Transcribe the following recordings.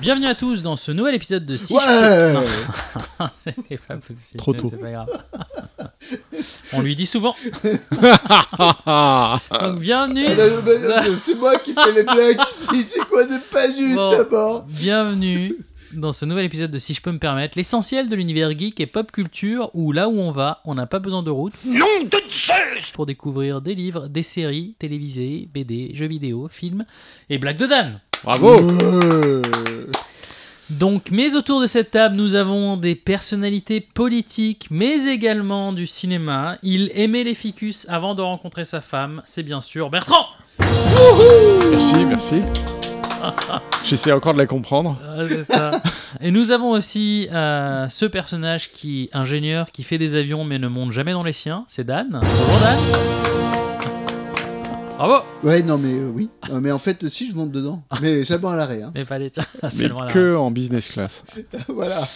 Bienvenue à tous dans ce nouvel épisode de 6 Ouais C'était pas possible, Trop tôt. C'est pas grave. On lui dit souvent. Donc bienvenue. C'est moi qui fais les blagues ici, c'est quoi C'est pas juste Bon. d'abord Bienvenue dans ce nouvel épisode de Si je peux me permettre, l'essentiel de l'univers geek et pop culture où là où on va, on n'a pas besoin de route Nom de Zeus pour découvrir des livres, des séries télévisées, BD, jeux vidéo, films et blagues de Dan. Euh, Donc, mais autour de cette table, nous avons des personnalités politiques, mais également du cinéma. Il aimait les ficus avant de rencontrer sa femme, c'est bien sûr Bertrand Merci, merci. J'essaie encore de la comprendre. Ah, c'est ça. Et nous avons aussi euh, ce personnage qui, ingénieur, qui fait des avions mais ne monte jamais dans les siens, c'est Dan. Bonjour Dan Bravo Ouais, non, mais euh, oui. Euh, mais en fait, si, je monte dedans. Mais seulement à l'arrêt. Hein. Mais fallait tiens, Mais seulement là. que en business class. voilà.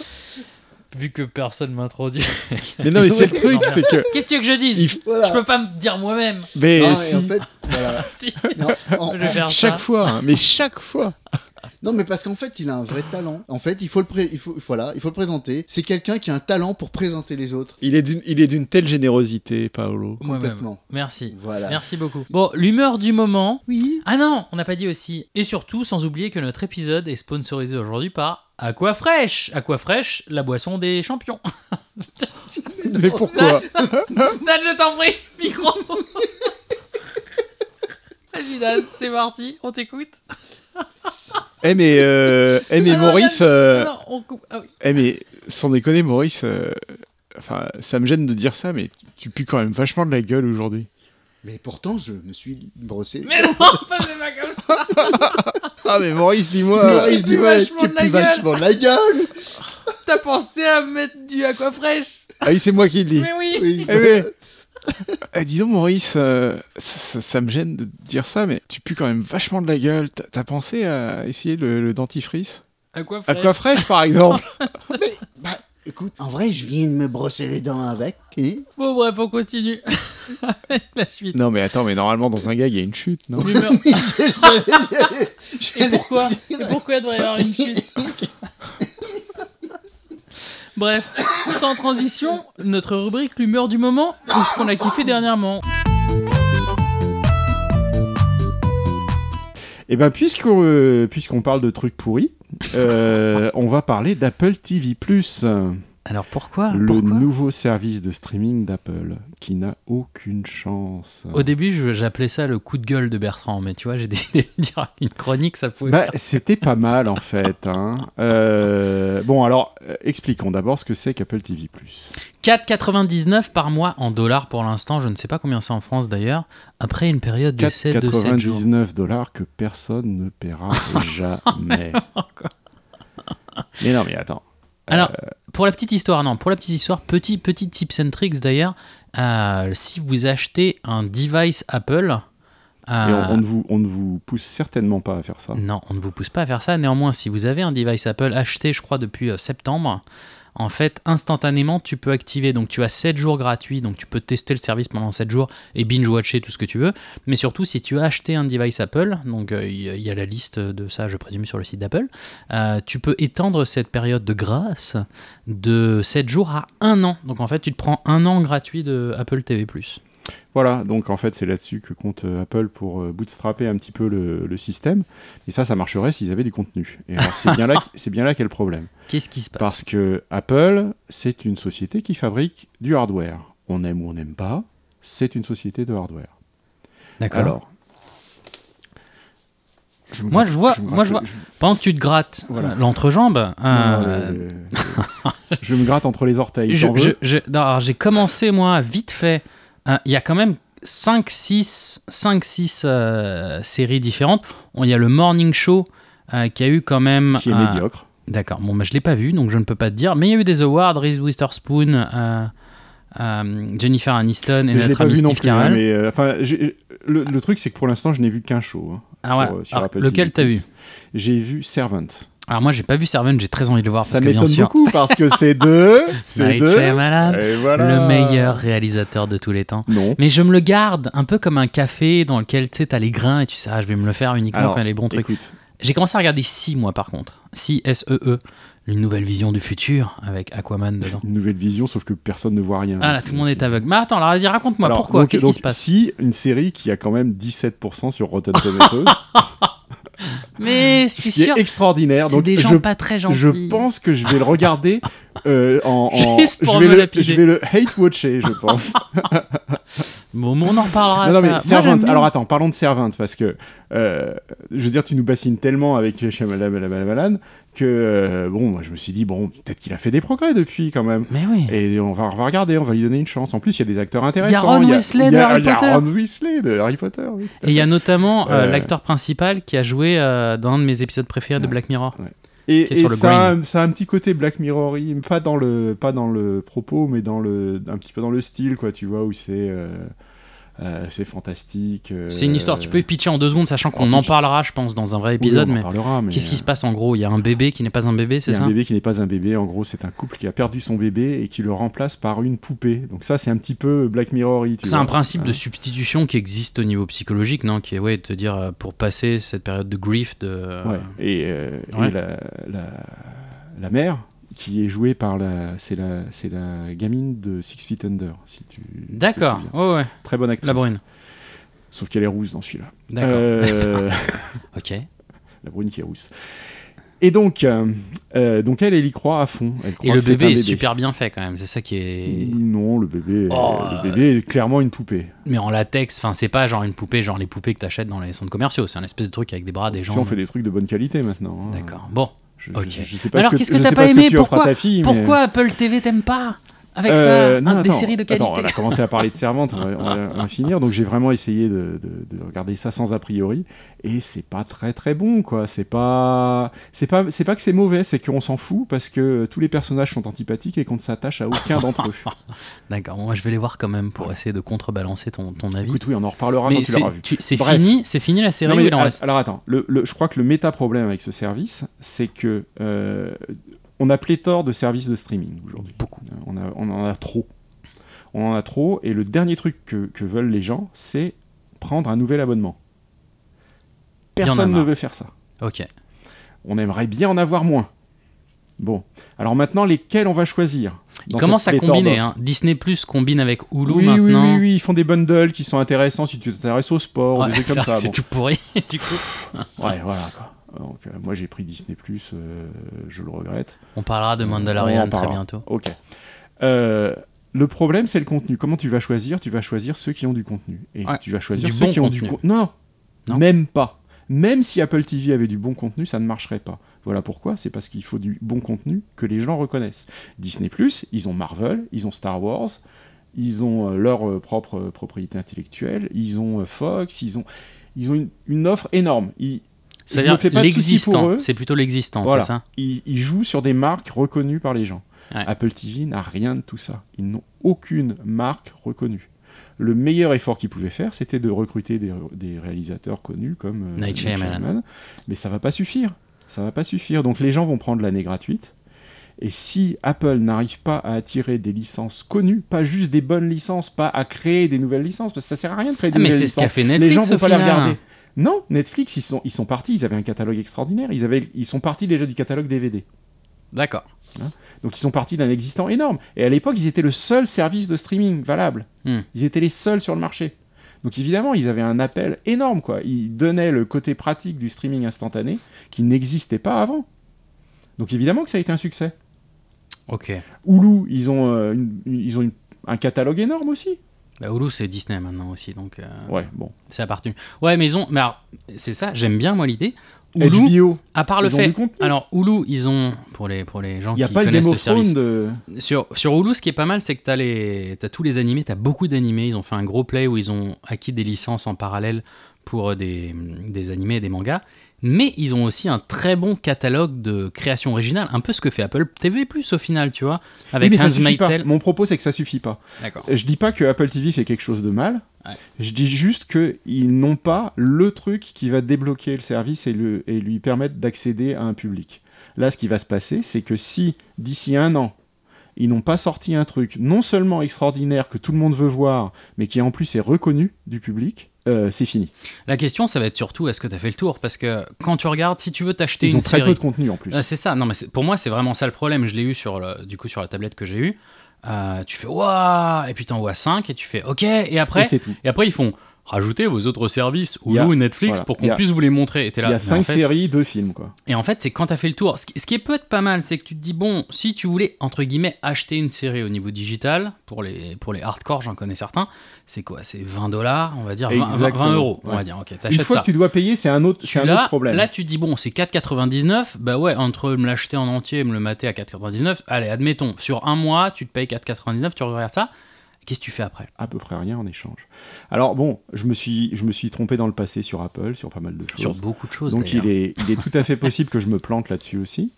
Vu que personne m'introduit. Mais non, mais c'est le truc, c'est que. Qu'est-ce que tu veux que je dise il- Voilà. Je peux pas me dire moi-même. Mais Non, et si, en fait, voilà. Si, Non, en- je vais faire ça. chaque fois, hein, mais chaque fois. non, mais parce qu'en fait, il a un vrai talent. En fait, il faut le, pré- il faut, voilà, il faut le présenter. C'est quelqu'un qui a un talent pour présenter les autres. Il est d'une- il est d'une telle générosité, Paolo. Moi-même. Complètement. Merci. Voilà. Merci beaucoup. Bon, l'humeur du moment. Oui. Ah non, on n'a pas dit aussi. Et surtout, sans oublier que notre épisode est sponsorisé aujourd'hui par Aqua Fresh. Aqua Fresh, la boisson des champions. Mais pourquoi Dan, je t'en prie, micro. Vas-y Dan, c'est parti, on t'écoute. Eh, mais, euh, eh, mais Ah non, Maurice. Ah euh, Non, on coupe. Ah oui. Eh, mais sans déconner, Maurice. euh, Enfin, ça me gêne de dire ça, mais tu pues quand même vachement de la gueule aujourd'hui. Mais pourtant, je me suis brossé. Mais non, pas c'est pas comme ça. Ah, mais Maurice, dis-moi. Maurice tu dit pues ouais, vachement tu de la pues gueule. vachement de la gueule. T'as pensé à mettre du aqua fraîche Ah oui, c'est moi qui le dis. Mais oui. Oui. Eh mais... Eh, dis donc, Maurice, euh, ça, ça- ça me gêne de te dire ça, mais tu pues quand même vachement de la gueule. T'as- T'as pensé à essayer le, le dentifrice Aqua fraîche. Aqua fraîche, par exemple Bah, écoute, en vrai, je viens de me brosser les dents avec. hein. Bon bref, on continue. la suite. Non, mais attends, mais normalement, dans un gag, il y a une chute, non L'humeur- Et Je- pourquoi Et pourquoi il devrait y avoir une chute Bref, sans transition, notre rubrique l'humeur du moment ou ce qu'on a kiffé dernièrement. Eh ben, puisqu'on euh, puisqu'on parle de trucs pourris, euh, on va parler d'Apple TV+, Ah, Alors pourquoi le nouveau service de streaming d'Apple, qui n'a aucune chance. Au début, je- j'appelais ça le coup de gueule de Bertrand, mais tu vois, j'ai décidé de dire une chronique, ça pouvait. Bah, faire- c'était pas mal en fait. hein. Euh, bon, alors euh, expliquons d'abord ce que c'est qu'Apple TV. 4,99 par mois en dollars pour l'instant, je ne sais pas combien c'est en France d'ailleurs, après une période d'essai de 7 jours. 4,99 dollars que personne ne paiera jamais. mais non, mais attends. Alors, pour la petite histoire, non, pour la petite histoire, petit, petit tips and tricks d'ailleurs, euh, si vous achetez un device Apple, Et on, on euh, ne vous, on ne vous pousse certainement pas à faire ça. non, on ne vous pousse pas à faire ça. Néanmoins, si vous avez un device Apple acheté, je crois, depuis euh, septembre, en fait, instantanément, tu peux activer. Donc, tu as 7 jours gratuits, donc tu peux tester le service pendant 7 jours et binge-watcher tout ce que tu veux. Mais surtout, si tu as acheté un device Apple, donc euh, il y a- il y a la liste de ça, je présume, sur le site d'Apple, euh, tu peux étendre cette période de grâce de 7 jours à 1 an. Donc, en fait, tu te prends un an gratuit de Apple TV. Voilà, donc en fait, c'est là-dessus que compte euh, Apple pour euh, bootstrapper un petit peu le, le système. Et ça, ça marcherait s'ils avaient du contenu. Et alors, c'est bien là, qu- c'est bien là qu'est le problème. Qu'est-ce qui se passe Parce que Apple, c'est une société qui fabrique du hardware. On aime ou on n'aime pas, c'est une société de hardware. Alors. je me Moi, gratte- je vois- me moi, je gratte- Pendant que tu te grattes Voilà. l'entrejambe, euh, Non, euh, euh, je me gratte entre les orteils. Je- t'en veux je- je- non, alors, j'ai commencé moi vite fait. Hein, Il y a quand même 5 6 5 6 séries différentes. On- Il y a le Morning Show euh, qui a eu quand même Qui est euh, médiocre. D'accord. Bon, bah, je l'ai pas vu, donc je ne peux pas te dire. Mais il y a eu des awards, Reese Witherspoon, euh, euh, Jennifer Aniston et Mais je l'ai notre pas ami vu non Steve plus. hein, Carell. mais, euh, enfin, j'ai- le, le truc, c'est que pour l'instant, je n'ai vu qu'un show. hein, Ah, sur, voilà. euh, sur Alors, Apple lequel TV+. t'as vu J'ai vu Servant. Alors moi, j'ai pas vu Servant, j'ai très envie de le voir Ça parce que bien m'étonne sûr, beaucoup parce que c'est deux. C'est Night deux. Shyamalan, Et voilà. le meilleur réalisateur de tous les temps. Non. Mais je me le garde un peu comme un café dans lequel tu sais, t'as les grains et tu sais, ah, je vais me le faire uniquement Alors, quand il y a les bons trucs. Écoute, J'ai commencé à regarder Si, moi, par contre. Si, S-E-E, E, une nouvelle vision du futur avec Aquaman dedans. une nouvelle vision, sauf que personne ne voit rien. Ah là, tout le monde est aveugle. Mais attends, alors vas-y, raconte-moi Alors, pourquoi, donc- qu'est-ce qui donc, se passe Si, une série qui a quand même 17% sur Rotten Tomatoes, Mais je suis ce qui sûr, est extraordinaire. c'est Donc, des gens je, pas très gentils. je pense que je vais le regarder euh, en. en- Juste pour je vais me le- lapider. Je vais le hate-watcher, je pense. Bon, mais on en reparlera. Ah, Non, non, ça. mais Moi, Servante, j'aime bien. alors attends, parlons de Servante, parce que, euh, je veux dire, tu nous bassines tellement avec Shyamalan que, euh, bon, moi je me suis dit, bon, peut-être qu'il a fait des progrès depuis quand même. Mais oui. Et on va, on va regarder, on va lui donner une chance. En plus, il y a des acteurs intéressants. Ron il Weasley il de y a- Harry il y a Potter. Ron Weasley de Harry Potter, oui, tout à Et il y a notamment euh, Euh, l'acteur principal qui a joué euh, dans un de mes épisodes préférés de Ouais. Black Mirror. Et, qui est sur et le ça, a, ça a un petit côté Black Mirror, pas dans le pas dans le propos, mais dans le un petit peu dans le style, quoi. Tu vois où c'est euh, euh, c'est fantastique. euh, C'est une histoire, tu peux pitcher en deux secondes, sachant qu'on en en pitch- parlera, je pense, dans un vrai oui, épisode. on en mais parlera, mais, qu'est-ce qui se euh, passe en gros Il y a un bébé qui n'est pas un bébé, il c'est y a ça un bébé qui n'est pas un bébé. En gros, c'est un couple qui a perdu son bébé et qui le remplace par une poupée. Donc ça, c'est un petit peu Black Mirror. C'est un principe de substitution qui existe au niveau psychologique, non Qui est, ouais, de te dire, euh, pour passer cette période de grief, de. Ouais. Et, euh, et Ouais. la, la, la mère, qui est jouée par la. C'est la, c'est la gamine de Six Feet Under, si tu. te D'accord, souviens. ouais, ouais, Très bonne actrice. la brune. Sauf qu'elle est rousse dans celui-là. D'accord, Euh, ok. la brune qui est rousse. Et donc, euh, euh, donc elle, elle y croit à fond. Elle croit Et le que c'est bébé un Mm. est super bien fait quand même, c'est ça qui est. Non, le bébé, Oh, le bébé est clairement une poupée. Mais en latex, enfin, c'est pas genre une poupée, genre les poupées que t'achètes dans les centres commerciaux, c'est un espèce de truc avec des bras, des Si jambes. on fait des trucs de bonne qualité maintenant. hein. D'accord, bon. Je, Ok. je- je sais Mais pas alors, ce que, qu'est-ce que je t'as sais pas ce aimé tu offres Pourquoi- à ta fille, mais- Pourquoi Apple TV t'aime pas Avec Euh, ça, non, un- des attends, séries de attends, qualité. on a commencé à parler de Servante, on va, on va- on va finir. Donc j'ai vraiment essayé de, de- de regarder ça sans a priori, et c'est pas très très bon quoi. C'est pas, c'est pas, c'est pas que c'est mauvais, c'est qu'on s'en fout parce que tous les personnages sont antipathiques et qu'on ne s'attache à aucun d'entre eux. D'accord, moi je vais les voir quand même pour essayer de contrebalancer ton, ton avis. Écoute, oui, on en reparlera mais quand tu c'est l'auras vu. tu- c'est Bref. fini, c'est fini la série Non, ou mais il en al- reste Alors attends, le, le- je crois que le méta problème avec ce service, c'est que euh, on a pléthore de services de streaming aujourd'hui. Beaucoup. On, a- on en a trop. On en a trop. Et le dernier truc que, que veulent les gens, c'est prendre un nouvel abonnement. Il y en a Personne ne marre. veut faire ça. Ok. On aimerait bien en avoir moins. Bon. Alors maintenant, lesquels on va choisir Il dans commence cette à pléthore combiner. d'offres hein. Disney Plus combine avec Hulu oui, oui, maintenant. oui, oui, ils font des bundles qui sont intéressants si tu t'intéresses au sport ou Ouais, des trucs c'est comme vrai ça. que c'est Bon. tout pourri du coup. Ouais, voilà quoi. Donc, euh, moi j'ai pris Disney, euh, je le regrette. On parlera de On Mandalorian en très parlera. bientôt. Ok. Euh, le problème, c'est le contenu. Comment tu vas choisir Tu vas choisir ceux qui ont du contenu. Et Ouais, tu vas choisir du ceux bon qui ont du contenu. contenu. Non, Non. non, même pas. Même si Apple TV avait du bon contenu, ça ne marcherait pas. Voilà pourquoi, c'est parce qu'il faut du bon contenu que les gens reconnaissent. Disney, ils ont Marvel, ils ont Star Wars, ils ont euh, leur euh, propre euh, propriété intellectuelle, ils ont euh, Fox, ils ont, ils ont une, une offre énorme. Ils, C'est-à-dire me fais pas de soucis pour l'existant, eux. c'est plutôt l'existant, Voilà. c'est ça ils, ils jouent sur des marques reconnues par les gens. Ouais. Apple TV n'a rien de tout ça. Ils n'ont aucune marque reconnue. Le meilleur effort qu'ils pouvaient faire, c'était de recruter des, des réalisateurs connus comme euh, Night Shyamalan. Mais ça va pas suffire. Ça va pas suffire. Donc les gens vont prendre l'année gratuite. Et si Apple n'arrive pas à attirer des licences connues, pas juste des bonnes licences, pas à créer des nouvelles licences, parce que ça sert à rien de créer des Ah, mais nouvelles c'est ce qu'a licences. fait Netflix les gens au vont pas final. les regarder. Non, Netflix, ils sont, ils sont partis, ils avaient un catalogue extraordinaire, ils, avaient, ils sont partis déjà du catalogue DVD. D'accord. Donc ils sont partis d'un existant énorme. Et à l'époque, ils étaient le seul service de streaming valable. Hmm. Ils étaient les seuls sur le marché. Donc évidemment, ils avaient un appel énorme. quoi. Ils donnaient le côté pratique du streaming instantané qui n'existait pas avant. Donc évidemment que ça a été un succès. Ok. Hulu, ils ont, euh, une- une- ils ont une- un catalogue énorme aussi. Bah, Hulu c'est Disney maintenant aussi, donc euh, Ouais, bon. c'est appartenu. Ouais, mais ils ont. Mais alors, c'est ça, j'aime bien moi l'idée. Hulu, HBO, à part le ils ont fait. du contenu. Alors, Hulu, ils ont. Pour les, pour les gens il n'y a qui pas le connaissent Game le of service. Thrones de... Sur, sur Hulu, ce qui est pas mal, c'est que t'as, les, t'as tous les animés, t'as beaucoup d'animés. Ils ont fait un gros play où ils ont acquis des licences en parallèle pour des, des euh, animés et des mangas. Mais ils ont aussi un très bon catalogue de créations originales, un peu ce que fait Apple TV, au final, tu vois, avec Oui, mais ça Hans suffit Meitel. pas. Mon propos, c'est que ça suffit pas. D'accord. Je dis pas que Apple TV fait quelque chose de mal. Ouais. Je dis juste que ils n'ont pas le truc qui va débloquer le service et, le- et lui permettre d'accéder à un public. Là, ce qui va se passer, c'est que si d'ici un an, ils n'ont pas sorti un truc non seulement extraordinaire que tout le monde veut voir, mais qui en plus est reconnu du public, euh, c'est fini. La question, ça va être surtout est-ce que t'as fait le tour Parce que quand tu regardes, si tu veux t'acheter Ils une ont très série. peu de contenu en plus. Ah, c'est ça, non, mais c'est- pour moi, c'est vraiment ça le problème. Je l'ai eu sur le, du coup, sur la tablette que j'ai eue. Euh, tu fais waouh, et puis t'envoies 5, et tu fais ok, et Et après, c'est tout. et après ils font rajouter vos autres services, Hulu, Il y a- Netflix, voilà, pour il y qu'on a- puisse vous les montrer. Et t'es Il là, y mais a cinq en fait- séries, deux films, quoi. Et en fait, c'est quand t'as fait le tour. Ce qui, ce qui peut être pas mal, c'est que tu te dis, bon, si tu voulais, entre guillemets, acheter une série au niveau digital, pour les, pour les hardcore, j'en connais certains, c'est quoi C'est 20 dollars, on va dire 20, Exactement, 20 euros, on ouais. va dire. Ok, Une t'achètes fois ça. que tu dois payer, c'est un autre, c'est un Celui-là, autre problème. Là, tu te dis, bon, c'est 4,99. Bah ouais, entre me l'acheter en entier et me le mater à 4,99, allez, admettons, sur un mois, tu te payes 4,99, tu regardes ça. Qu'est-ce que tu fais après à peu près rien en échange. Alors bon, je me suis, je me suis trompé dans le passé sur Apple, sur pas mal de choses. Sur beaucoup de choses, Donc il d'ailleurs. est, il est tout à fait possible que je me plante là-dessus aussi.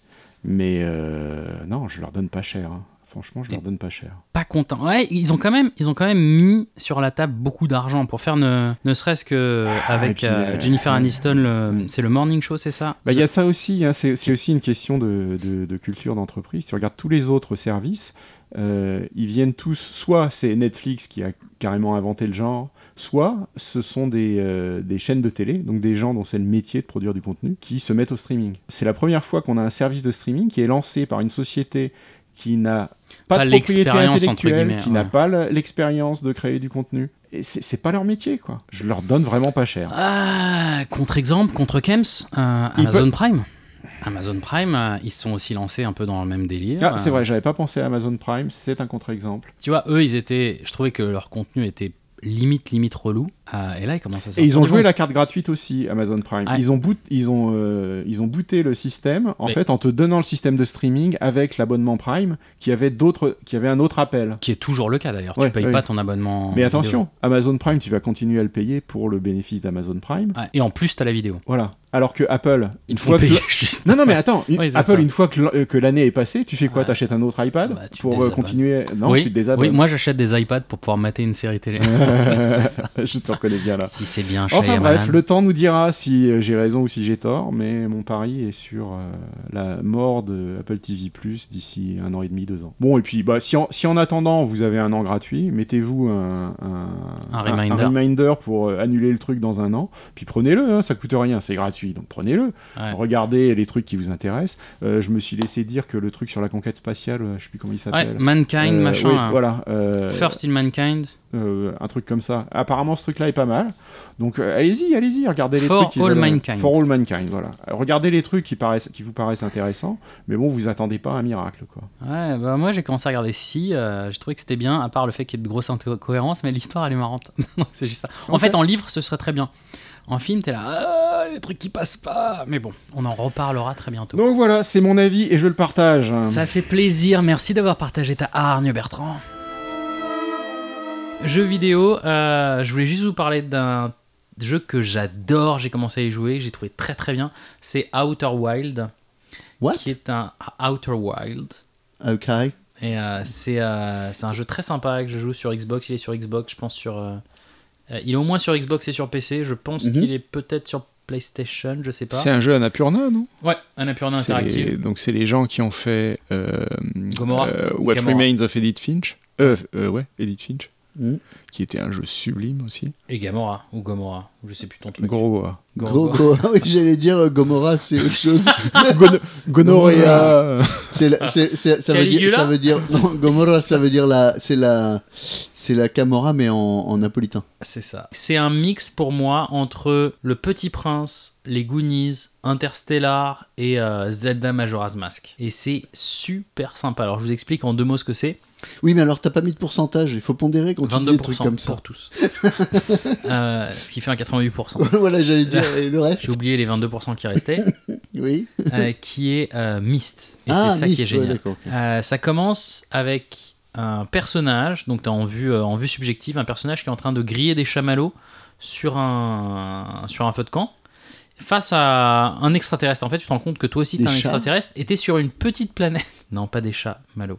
Mais euh, non, je leur donne pas cher. hein. Franchement, je leur donne pas cher. pas content. Ouais, ils ont quand même, ils ont quand même mis sur la table beaucoup d'argent pour faire ne, ne serait-ce que avec et puis, euh, euh, Jennifer ouais. Aniston, le- c'est le morning show, c'est ça Bah, Il y a ça aussi, hein, c'est c'est aussi une question de, de- de culture d'entreprise. Tu regardes tous les autres services, euh, ils viennent tous, soit c'est Netflix qui a carrément inventé le genre, soit ce sont des, euh, des chaînes de télé, donc des gens dont c'est le métier de produire du contenu, qui se mettent au streaming. C'est la première fois qu'on a un service de streaming qui est lancé par une société qui n'a pas, Pas de propriété l'expérience, entre intellectuelle, guillemets, qui n'a ouais. pas le- l'expérience de créer du contenu. Et c'est c'est pas leur métier, quoi. Je leur donne vraiment pas cher. Ah, contre-exemple, contre Kems, euh, Ils Amazon Prime. Amazon Prime, euh, ils se sont aussi lancés un peu dans le même délire. Ah, c'est Euh, vrai, j'avais pas pensé à Amazon Prime, c'est un contre-exemple. Tu vois, eux, ils étaient, je trouvais que leur contenu était limite, limite relou. Euh, et là, ils commencent à Et ils ont sortir joué du bon. la carte gratuite aussi, Amazon Prime. Ouais. Ils, ont boot- ils, ont, euh, ils ont booté le système, en Mais- fait, en te donnant le système de streaming avec l'abonnement Prime, qui avait, d'autres- qui avait un autre appel. Qui est toujours le cas d'ailleurs. Ouais, tu payes ouais. pas ton abonnement. Mais vidéo. attention, Amazon Prime, tu vas continuer à le payer pour le bénéfice d'Amazon Prime. Ouais, Ah, et en plus, t'as la vidéo. Voilà. Alors que Apple, Ils une te font fois que... payer juste. Non, non, mais attends, une- Ouais, c'est Apple, ça. une fois que l- euh, que l'année est passée, tu fais quoi Ouais. T'achètes un autre iPad Bah, tu te pour euh, désabonnes. continuer Non, oui, tu te désabonnes. oui, moi j'achète des iPads pour pouvoir mater une série télé. C'est ça. Je te reconnais bien là. si c'est bien Enfin Shyamalan. bref, le temps nous dira si euh, j'ai raison ou si j'ai tort, mais mon pari est sur euh, la mort de Apple TV Plus d'ici un an et demi, deux ans. Bon, et puis bah, si, en, si en attendant vous avez un an gratuit, mettez-vous un, Un reminder. reminder pour euh, annuler le truc dans un an, puis prenez-le, hein, ça coûte rien, c'est gratuit, donc prenez-le. Ouais. Regardez les trucs qui vous intéressent. Euh, je me suis laissé dire que le truc sur la conquête spatiale, euh, je sais plus comment il Ouais, s'appelle. Mankind, Euh, machin. oui, là. voilà. euh, First in Mankind. euh, un truc comme ça. Apparemment, ce truc-là est pas mal. Donc, euh, allez-y, allez-y, regardez les For trucs. qui All valent- Mankind. For All Mankind, voilà. Euh, Regardez les trucs qui, paraissent, qui vous paraissent intéressants, mais bon, vous attendez pas un miracle, quoi. Ouais, bah moi j'ai commencé à regarder Si, euh, j'ai trouvé que c'était bien, à part le fait qu'il y ait de grosses incohérences, mais l'histoire elle est marrante. Non, c'est juste ça. En Ok. fait, en livre ce serait très bien. En film, t'es là, ah, les trucs qui passent pas. Mais bon, on en reparlera très bientôt. Donc voilà, c'est mon avis et je le partage. Ça fait plaisir, merci d'avoir partagé ta hargne Bertrand. Jeux vidéo, euh, je voulais juste vous parler d'un jeu que j'adore, j'ai commencé à y jouer, j'ai trouvé très très bien, c'est Outer Wild, What qui est un Outer Wild. Ok. Et euh, c'est euh, c'est un jeu très sympa que je joue sur Xbox, il est sur Xbox, je pense sur... euh, euh, il est au moins sur Xbox et sur PC, je pense Mhm. qu'il est peut-être sur PlayStation, je sais pas. C'est un jeu Annapurna, non Ouais, Annapurna Interactive. C'est- Donc c'est les gens qui ont fait euh, Gomorrah. euh, What Gamora. Remains of Edith Finch. Euh, euh, ouais, Edith Finch. Mm. Qui était un jeu sublime aussi. Et Gamora, ou Gomorra, ou je sais plus ton truc. Gros. Gorgo. Gros, gros. Oui, j'allais dire euh, Gomorrah, c'est autre chose. Gonorrhea. C'est la- c'est- c'est- ça veut dire, Caligula ça veut dire, non, Gomorrah, ça veut dire la, c'est la, c'est la Camorra, mais en, en napolitain. C'est ça. C'est un mix pour moi entre Le Petit Prince, Les Goonies, Interstellar et euh, Zelda Majora's Mask. Et c'est super sympa. Alors je vous explique en deux mots ce que c'est. Oui, mais alors t'as pas mis de pourcentage, il faut pondérer quand tu dis des trucs 22% comme ça. pour tous. Euh, ce qui fait un 88%. voilà, j'allais dire, et le reste, J'ai oublié les 22% qui restaient, oui. euh, qui est euh, Myst. Et ah, c'est ça Mist, qui est ouais, génial. d'accord, ok. Euh, ça commence avec un personnage, donc t'as en vue, euh, en vue subjective, un personnage qui est en train de griller des chamallows sur un, sur un feu de camp. face à un extraterrestre. En fait, tu te rends compte que toi aussi, t'es Des un chats extraterrestre et t'es sur une petite planète. Non, pas des chats, Malo.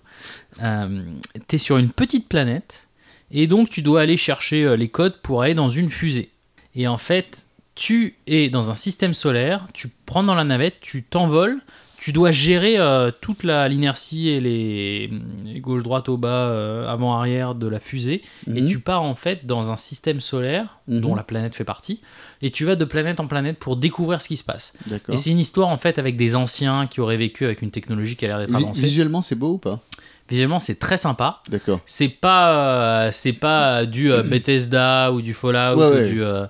Euh, t'es sur une petite planète et donc tu dois aller chercher euh, les codes pour aller dans une fusée. Et en fait, tu es dans un système solaire, tu prends dans la navette, tu t'envoles, tu dois gérer euh, toute la- l'inertie et les, les gauche, droite, au bas, euh, avant, arrière de la fusée. Et Mhm. tu pars en fait dans un système solaire Mhm. dont la planète fait partie. Et tu vas de planète en planète pour découvrir ce qui se passe. Et D'accord. c'est une histoire en fait avec des anciens qui auraient vécu avec une technologie qui a l'air d'être Vi- avancée. Visuellement, c'est beau ou pas Visuellement, c'est très sympa. D'accord. C'est pas, euh, c'est pas du euh, Bethesda ou du Fallout Ouais, ou ouais. du, euh,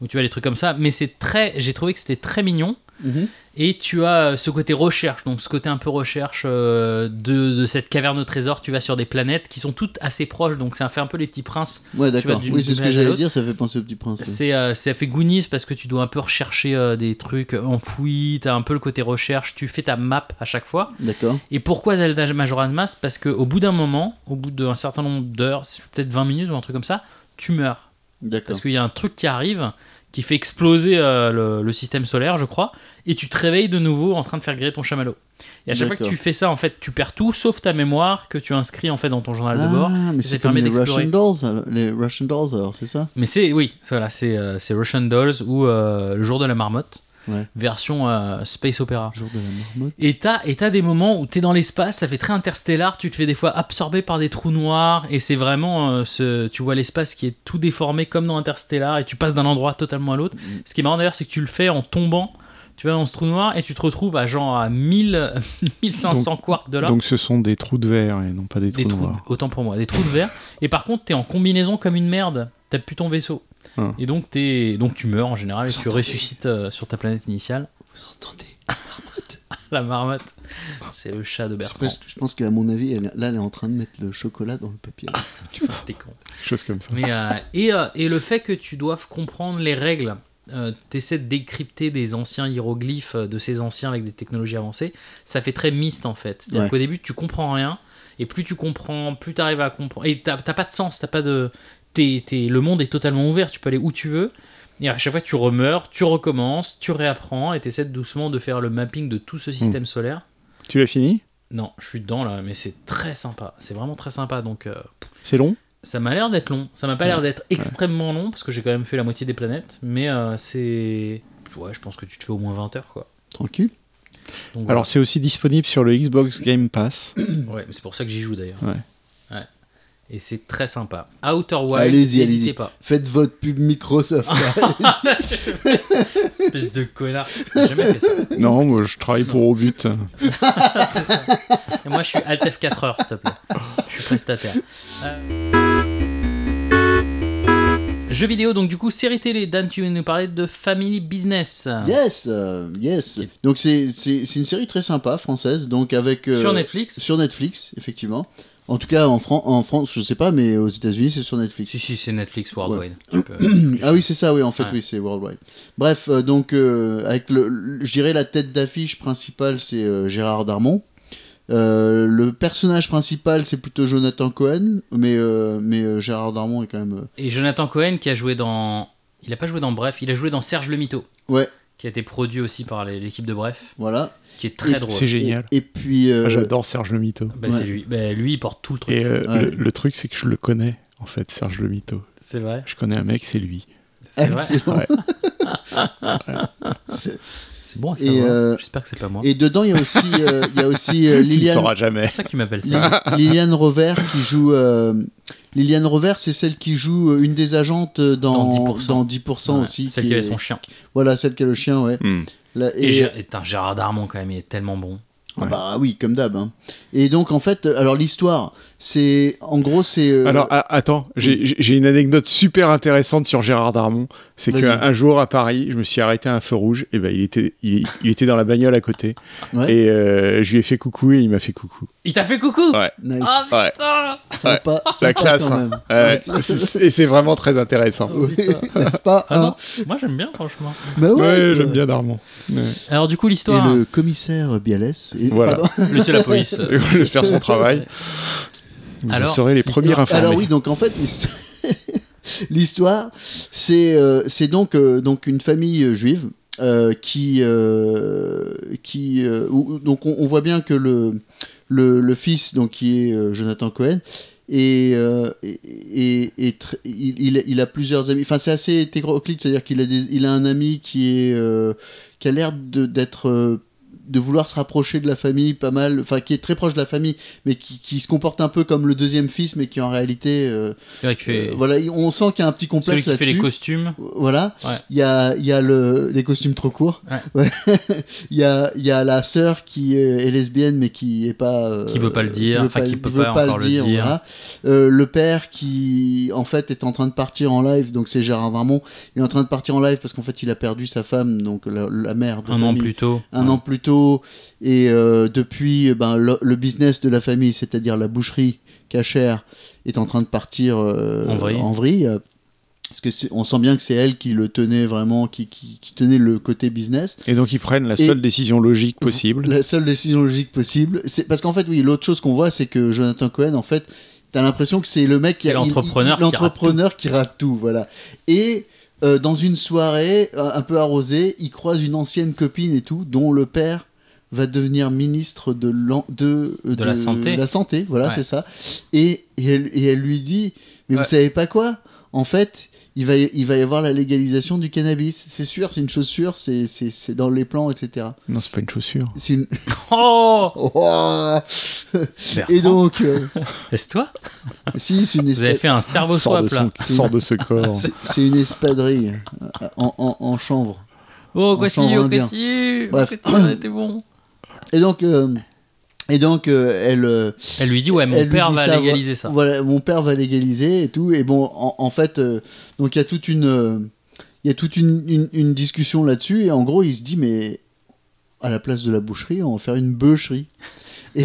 ou tu as les trucs comme ça. Mais c'est très, j'ai trouvé que c'était très mignon. Mhm. Et tu as euh, ce côté recherche, donc ce côté un peu recherche euh, de, de cette caverne au trésor. Tu vas sur des planètes qui sont toutes assez proches, donc ça fait un peu les petits princes. Ouais, d'accord. d'une- Oui, c'est d'une ce planète à que j'allais l'autre. dire, ça fait penser au petit prince. ouais. C'est, euh, ça fait Goonies parce que tu dois un peu rechercher euh, des trucs enfouis, t'as un peu le côté recherche, tu fais ta map à chaque fois. D'accord. Et pourquoi Zelda Majora's Mask Parce qu'au bout d'un moment, au bout d'un certain nombre d'heures, c'est peut-être 20 minutes ou un truc comme ça, tu meurs. D'accord. Parce qu'il y a un truc qui arrive qui fait exploser euh, le, le système solaire, je crois, et tu te réveilles de nouveau en train de faire griller ton chamallow. Et à chaque fois que D'accord. tu fais ça, en fait, tu perds tout sauf ta mémoire que tu inscris en fait dans ton journal de bord. Ah, mais ça c'est permet comme les d'explorer. Russian Dolls, alors- les Russian Dolls, alors c'est ça Mais c'est, oui, voilà, c'est euh, c'est Russian Dolls ou euh, Le jour de la marmotte, Ouais. version euh, Space Opera. Jour de la marmotte. Et t'as, et t'as des moments où t'es dans l'espace, ça fait très interstellar, tu te fais des fois absorber par des trous noirs, et c'est vraiment, euh, ce, tu vois l'espace qui est tout déformé comme dans Interstellar, et tu passes d'un endroit totalement à l'autre. Mm. Ce qui est marrant d'ailleurs, c'est que tu le fais en tombant, tu vas dans ce trou noir, et tu te retrouves à genre à 1000, 1500 quarks de là, Donc ce sont des trous de verre et non pas des, des trous trous, noirs. autant pour moi, des trous de verre, et par contre t'es en combinaison comme une merde, t'as plus ton vaisseau. Ah. Et donc, t'es, donc tu meurs en général, et Vous tu entendez ressuscites euh, sur ta planète initiale. Vous entendez La marmotte, c'est le chat de C'est Bertrand, presque- je pense qu'à mon avis, elle- là, elle est en train de mettre le chocolat dans le papier. t'es con. Quelque chose comme ça. Mais, euh, et, euh, et le fait que tu doives comprendre les règles, euh, t'essaies de décrypter des anciens hiéroglyphes euh, de ces anciens avec des technologies avancées, ça fait très miste en fait. C'est-à-dire Ouais. qu'au début, tu comprends rien, et plus tu comprends, plus t'arrives à comprendre. Et t'as t'as pas de sens, t'as pas de. t'es- t'es- le monde est totalement ouvert, tu peux aller où tu veux. Et à chaque fois, tu remeurs, tu recommences, tu réapprends, et t'essaies doucement de faire le mapping de tout ce système solaire. Tu l'as fini Non, je suis dedans là, mais c'est très sympa. C'est vraiment très sympa. Donc, euh, C'est long ça m'a l'air d'être long. Ça m'a pas l'air d'être extrêmement long parce que j'ai quand même fait la moitié des planètes. Mais euh, c'est. Ouais, je pense que tu te fais au moins 20 heures quoi. Tranquille. Donc, Alors c'est aussi disponible sur le Xbox Game Pass. voilà. Ouais, mais c'est pour ça que j'y joue d'ailleurs. Ouais. Ouais. Et c'est très sympa. Outer Wild, Allez-y, n'hésitez allez-y. pas. Faites votre pub Microsoft. Espèce de connard. J'ai jamais fait ça. non, moi je travaille pour au but. C'est ça. Et moi, je suis Alt F4 heures, s'il te plaît. Je suis prestataire. Euh. Jeux vidéo, donc du coup, série télé. Dan, tu nous parlais de Family Business. yes, euh, yes. Ok. Donc c'est c'est- c'est une série très sympa française, donc avec euh, Sur Netflix. sur Netflix, effectivement. En tout cas en, Fran- en France, je sais pas, mais aux États-Unis c'est sur Netflix. Si, si, c'est Netflix Worldwide. Worldwide. Tu peux... Ah oui, c'est ça, oui, en fait, Ouais. oui, c'est worldwide. Bref, euh, donc, euh, avec le, le- je dirais la tête d'affiche principale, c'est euh, Gérard Darmon. Euh, le personnage principal, c'est plutôt Jonathan Cohen, mais, euh, mais euh, Gérard Darmon est quand même. euh, Et Jonathan Cohen qui a joué dans. Il a pas joué dans Bref, il a joué dans Serge le Mito. Ouais. Qui a été produit aussi par les- l'équipe de Bref, voilà. qui est très Et- drôle. C'est génial. Et, et puis. euh, Ah, J'adore Serge le Mito. Bah, Ouais. c'est lui. Bah, lui, il porte tout le truc. Et euh, Ouais. le, le truc c'est que je le connais en fait, Serge le Mito. C'est vrai. Je connais un mec, c'est lui. Ah, C'est vrai. excellent. Euh, C'est bon à Et, savoir. euh, J'espère que c'est pas moi. Et dedans, il y a aussi, euh, il y a aussi euh, Tu ne Liliane, sauras jamais. C'est pour ça que tu m'appelles ça. Li- Liliane Rover qui joue. euh, Liliane Rover, c'est celle qui joue euh, une des agentes dans, Dans dans 10%. 10%, Ouais, aussi. Celle qui, est- avait son chien. Voilà, celle qui a le chien, ouais. euh, Hmm. Là, Et, Gé- et, putain, Gérard Darmon, quand même, il est tellement bon. Ah Bah oui, comme d'hab. hein. Et donc en fait, euh, alors l'histoire, c'est en gros c'est euh, Alors ah, a- attends, j'ai j'ai- j'ai une anecdote super intéressante sur Gérard Darmon. C'est Vas-y. qu'un un jour à Paris, je me suis arrêté à un feu rouge. Et ben il était, il, il était dans la bagnole à côté. Ouais. Et euh, je lui ai fait coucou et il m'a fait coucou. Il t'a fait coucou Ouais. nice, Ah Ouais. putain sympa, C'est la sympa classe. quand hein. même. Ouais. C'est- et c'est vraiment très intéressant. Oui, N'est-ce pas Oh, Ah non, hein moi j'aime bien, franchement. Bah Ouais, ouais, j'aime bien Darmon. Ouais. Alors, du coup, Et l'histoire. le commissaire Bialès. et- Voilà. pardon. Laissez la police. euh, Et Je vais faire son travail. Vous Alors, en serez les premiers Alors- informés. Alors oui, donc en fait, l'histo- l'histoire, c'est euh, c'est donc, euh, donc une famille euh, juive euh, qui, euh, qui euh, où- où- donc on, on voit bien que le, le, le fils donc qui est euh, Jonathan Cohen et, euh, et, et- et tr- il, il- il a plusieurs amis. Enfin, c'est assez hétéroclite, c'est-à-dire qu'il a, des- il a un ami qui est euh, qui a l'air de- d'être euh, de vouloir se rapprocher de la famille pas mal, enfin qui est très proche de la famille, mais qui, qui se comporte un peu comme le deuxième fils, mais qui en réalité, euh, C'est vrai qu'il fait- euh, voilà, il- on sent qu'il y a un petit celui complexe qui fait les là-dessus. costumes. Voilà. Ouais. Il y a, il y a le, les costumes trop courts. Ouais. il, y a, il y a la sœur qui est est lesbienne mais qui est pas. euh, Qui veut pas le dire, veut enfin, qui peut veut pas encore le dire. voilà. Euh, le père qui en fait est en train de partir en live, donc c'est Gérard Darmon. Il est en train de partir en live parce qu'en fait il a perdu sa femme, donc la, la mère de Un an famille plus tôt. un an plus tôt et euh, depuis ben, le, le business de la famille c'est-à-dire la boucherie cachère est en train de partir euh, En vrille. euh, parce que c'est- on sent bien que c'est elle qui le tenait vraiment qui, qui- qui tenait le côté business Et donc ils prennent la Et- seule décision logique possible. la seule décision logique possible c'est parce qu'en fait oui l'autre chose qu'on voit c'est que Jonathan Cohen en fait t'as l'impression que c'est le mec C'est l'entrepreneur qui il- il- rate tout. l'entrepreneur qui rate tout voilà et euh, dans une soirée euh, un peu arrosée il croise une ancienne copine et tout dont le père va devenir ministre de l'en- de, euh, De la santé. la santé voilà Ouais. c'est ça et, et elle, et elle lui dit mais Ouais. vous savez pas quoi en fait il va, y- il va y avoir la légalisation du cannabis c'est sûr c'est une chose sûre c'est- c'est c'est dans les plans etc Non, c'est pas une chaussure. c'est une- Oh et donc euh, Est-ce toi si c'est une Vous avez espèce fait un cerveau Sors swap de, là. son- sort de ce corps. C'est- C'est une espadrille euh, en, en- en chanvre. Oh, On quoi si, s'en rend oh, bien. quoi si, oh, Bref. quoi si, t'es bon. Et donc, euh, et donc euh, elle, euh, Elle lui dit, ouais, mon elle lui père dit va ça, légaliser vo- ça. Voilà, mon père va légaliser et tout. Et bon, en, en fait, euh, donc il y a toute une, euh, il y a toute une, une- une discussion là-dessus. Et en gros, il se dit, mais à la place de la boucherie, on va faire une beucherie. Et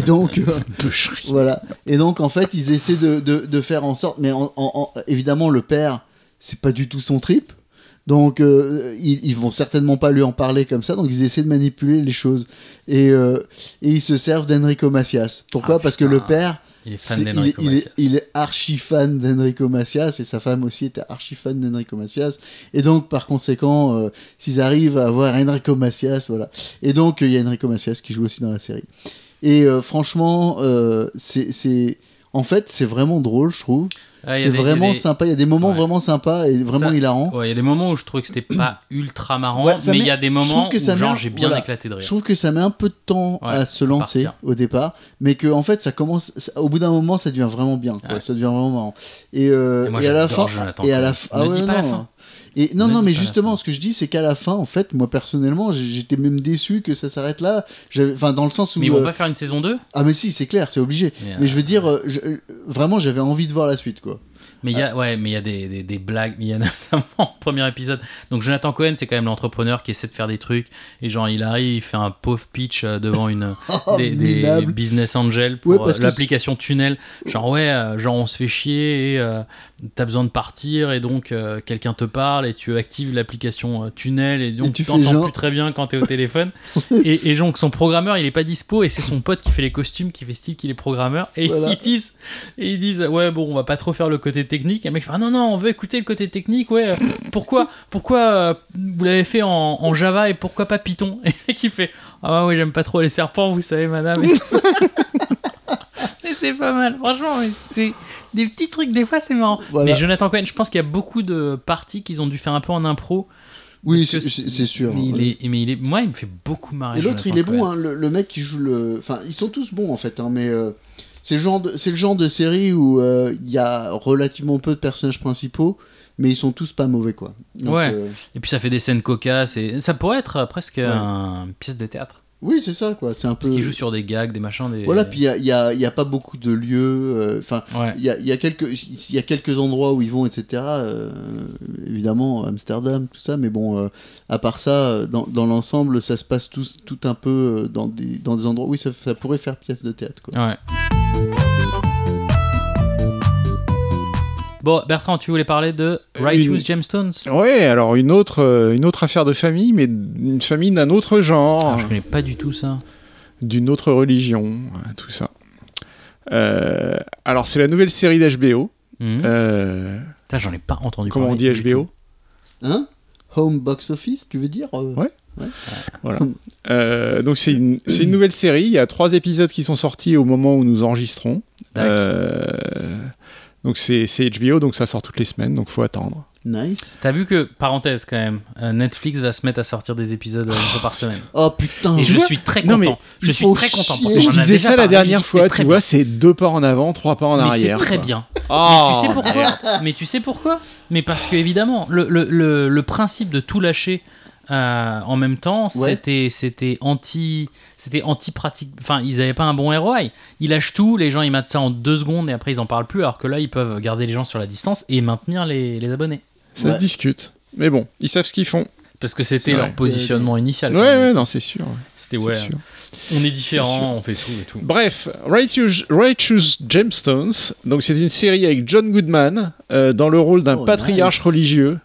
donc, euh, voilà. Et donc, en fait, ils essaient de, de- de faire en sorte, mais en- en- en- évidemment, le père, c'est pas du tout son trip. Donc, euh, ils, ils vont certainement pas lui en parler comme ça. Donc, ils essaient de manipuler les choses. Et, euh, et ils se servent d'Enrico Macias. Pourquoi Ah, Parce que putain. le père, Il est c'est- fan il est- d'Enrico il, est, Macias. il est archi fan d'Enrico Macias et sa femme aussi était archi fan d'Enrico Macias. Et donc, par conséquent, euh, s'ils arrivent à avoir Enrico Macias, voilà. Et donc, euh, il y a Enrico Macias qui joue aussi dans la série. Et euh, franchement, euh, c'est. c'est- En fait, c'est vraiment drôle, je trouve. Ah, il y a des- c'est il y a vraiment des- sympa. Il y a des moments Ouais. vraiment sympas et vraiment Ça- hilarants. Ouais, il y a des moments où je trouvais que c'était pas ultra marrant, Ouais, ça mais il met- y a des je moments trouve que ça où genre met- j'ai bien voilà. éclaté de rire. Je trouve que ça met un peu de temps Ouais, à se lancer partir. au départ, mais que en fait ça commence. ça- au bout d'un moment, ça devient vraiment bien. quoi. Ouais. Ça devient vraiment marrant. Et, euh, Et moi, et à la fin, j'adore Jonathan et à Cohen. la fin, Ne dis pas la fin. Et non, Ne non, dis mais pas la justement, fin. ce que je dis, c'est qu'à la fin, en fait, moi personnellement, j- j'étais même déçu que ça s'arrête là. J'avais- Enfin, dans le sens où Mais ils vont euh, pas faire une saison 2 ah mais si, c'est clair, c'est obligé. Mais, Mais euh, je veux dire, euh, je- euh, vraiment, j'avais envie de voir la suite, quoi. Mais Ah. il y a, ouais, mais il y a des, des, des blagues, mais il y a notamment au premier épisode. Donc Jonathan Cohen, c'est quand même l'entrepreneur qui essaie de faire des trucs. Et genre, il arrive, il fait un pauvre pitch euh, devant une, Oh, des, des minable. business angels pour Ouais, parce euh, que l'application Tunnel. Genre, ouais, euh, genre on se fait chier et euh, t'as besoin de partir et donc euh, quelqu'un te parle et tu actives l'application euh, Tunnel et donc Et tu tu fais t'entends genre- plus très bien quand t'es au téléphone. et, et donc son programmeur, il est pas dispo et c'est son pote qui fait les costumes, qui fait style qu'il est programmeur. Et Voilà. ils disent, et ils disent, ouais, bon, on va pas trop faire le côté technique. Et le mec fait, ah non, non, on veut écouter le côté technique, ouais. euh, Pourquoi, pourquoi euh, vous l'avez fait en, en Java et pourquoi pas Python Et le mec, il fait, ah ouais, j'aime pas trop les serpents, vous savez, madame. Et- mais c'est pas mal, franchement, mais c'est des petits trucs, des fois c'est marrant. Voilà. Mais Jonathan Cohen, je pense qu'il y a beaucoup de parties qu'ils ont dû faire un peu en impro. Oui, parce que c'est c'est sûr. Mais, il Ouais. est, mais il est, moi, il me fait beaucoup marrer. Et l'autre, Jonathan il est bon, Cohen. hein, le, le mec qui joue le. Enfin, ils sont tous bons en fait, hein, mais euh, c'est le, genre de- c'est le genre de série où euh, il y a relativement peu de personnages principaux, mais ils sont tous pas mauvais quoi. Donc, Ouais. euh, Et puis ça fait des scènes cocasses. Et... Ça pourrait être presque une pièce de théâtre. oui, c'est ça quoi, c'est un Parce peu. qu'il joue sur des gags, des machins. Des... Euh, Voilà, puis il y a, il y a- il y a pas beaucoup de lieux. euh, Enfin, Ouais. il y a, il y, a quelques- il y a quelques endroits où ils vont, etc. euh, évidemment, Amsterdam, tout ça, mais bon, euh, à part ça, euh, dans, dans l'ensemble, ça se passe tout, tout un peu euh, dans des, dans des endroits. Oui, ça, ça pourrait faire pièce de théâtre quoi. Ouais. Bon, Bertrand, tu voulais parler de Euh, Righteous Une- Gemstones Ouais, alors une autre, euh, une autre affaire de famille, mais une famille d'un autre Oh. genre, Alors, Ah, Je connais pas du tout ça. d'une autre religion, euh, tout ça. Euh, alors c'est la nouvelle série d'HBO. Mhm. Hmm. euh, Putain, j'en ai pas entendu comment on parler dit du tout. HBO Hein home box office, tu veux dire euh, Ouais. Voilà. Euh, donc c'est une, c'est une nouvelle série. Il y a trois épisodes qui sont sortis au moment où nous enregistrons. D'accord. Euh, donc c'est c'est HBO, donc ça sort toutes les semaines, donc faut attendre. Nice. T'as vu que, parenthèse quand même, euh, Netflix va se mettre à sortir des épisodes euh, une fois par semaine. Oh putain. Et je vois suis très Non, content. mais je ils suis font très content. chier. pour Et ça. je J'en avais disais déjà ça la parlé, dernière j'ai dit que fois, c'était tu très vois, bien. c'est deux pas en avant, trois pas en Mais arrière. C'est très quoi. bien. Oh, Mais tu sais merde. pourquoi Mais tu sais pourquoi Mais parce que évidemment, le, le- le- le principe de tout lâcher euh, en même temps, Ouais. c'était c'était anti c'était anti pratique. Enfin, ils n'avaient pas un bon ROI. Ils lâchent tout, les gens ils matent ça en deux secondes et après ils en parlent plus. Alors que là, ils peuvent garder les gens sur la distance et maintenir les, les abonnés. Ça Ouais. se discute. Mais bon, ils savent ce qu'ils font. Parce que c'était C'est leur vrai. positionnement initial. Ouais, quand même. ouais, non, c'est sûr. C'était c'est ouais. sûr. On est C'est sûr. différent, on fait tout et tout. Bref, Righteous, Righteous Gemstones, donc c'est une série avec John Goodman euh, dans le rôle d'un Oh, patriarche nice. religieux.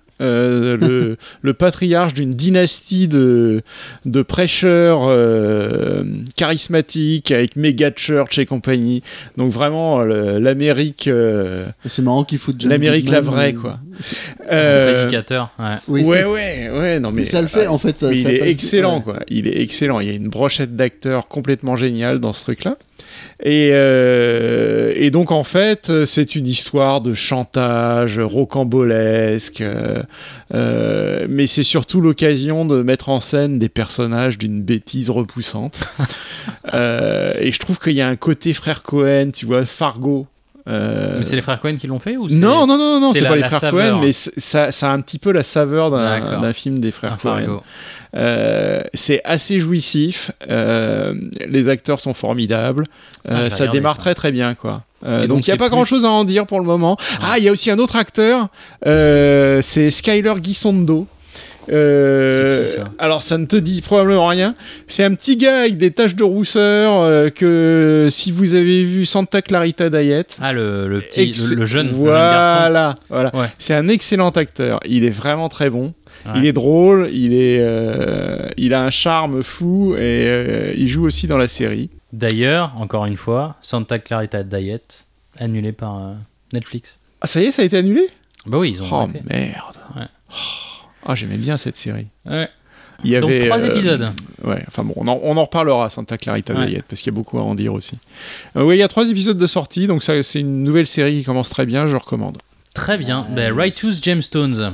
euh, le, le patriarche d'une dynastie de, de prêcheurs euh, charismatiques avec méga church et compagnie. Donc vraiment euh, le- l'Amérique, euh, C'est marrant qu'ils foutent John l'Amérique la Goodman, vraie euh, quoi. Le Euh, prédicateur, ouais. Oui. Ouais ouais ouais non mais, mais, euh, ça le fait en fait. Ça, mais il ça passe- est excellent, ouais. quoi. Il est excellent. Il y a une brochette d'acteurs complètement géniale dans ce truc-là. Et, euh, et donc, en fait, c'est une histoire de chantage rocambolesque. euh, euh, mais c'est surtout l'occasion de mettre en scène des personnages d'une bêtise repoussante. Euh, et je trouve qu'il y a un côté frère Cohen, tu vois, Fargo. euh, Mais c'est les frères Cohen qui l'ont fait ou c'est- non, non, non, non, c'est c'est la- pas les la frères saveur. Cohen, mais c'est- ça, ça a un petit peu la saveur d'un D'accord. d'un film des Un frères Cohen. Fargo. Euh, c'est assez jouissif. euh, les acteurs sont formidables. Putain, euh, Ah, j'ai ça regardé démarre ça. très très bien, quoi. Euh, Et donc, donc il n'y c'est a pas plus- grand chose à en dire pour le moment. Ah, il y a aussi un autre acteur, euh, c'est Skyler Guisondo. Euh, C'est qui, ça alors ça ne te dit probablement rien. C'est un petit gars avec des taches de rousseur euh, que si vous avez vu Santa Clarita Diet, Ah, le, le petit, Ex- le, le jeune, le jeune garçon. voilà, voilà. Ouais. C'est un excellent acteur. Il est vraiment très bon. Ouais. Il est drôle. Il est, euh, il a un charme fou et euh, il joue aussi dans la série. D'ailleurs, encore une fois, Santa Clarita Diet, annulé par euh, Netflix. Ah ça y est, ça a été annulé. Bah oui, ils ont oh arrêté. merde. Ouais. Oh, Ah j'aimais bien cette série. Ouais. Il y Donc avait, trois euh, épisodes. Ouais. Enfin bon, on en, on en reparlera Santa Clarita Ouais. Diet parce qu'il y a beaucoup à en dire aussi. Euh, oui, il y a trois épisodes de sortie, donc ça c'est une nouvelle série qui commence très bien. Je recommande. Très bien. Ah, Bah, Righteous Gemstones.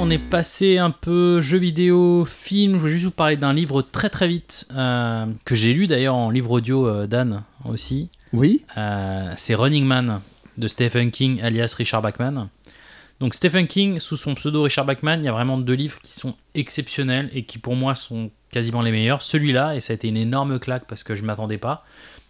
On est passé un peu jeux vidéo, film. Je voulais juste vous parler d'un livre très très vite euh, que j'ai lu d'ailleurs en livre audio euh, d'Anne aussi. Oui. Euh, c'est Running Man de Stephen King alias Richard Bachman. Donc Stephen King, sous son pseudo Richard Bachman, il y a vraiment deux livres qui sont exceptionnels et qui pour moi sont quasiment les meilleurs. Celui-là, et ça a été une énorme claque parce que je m'attendais pas,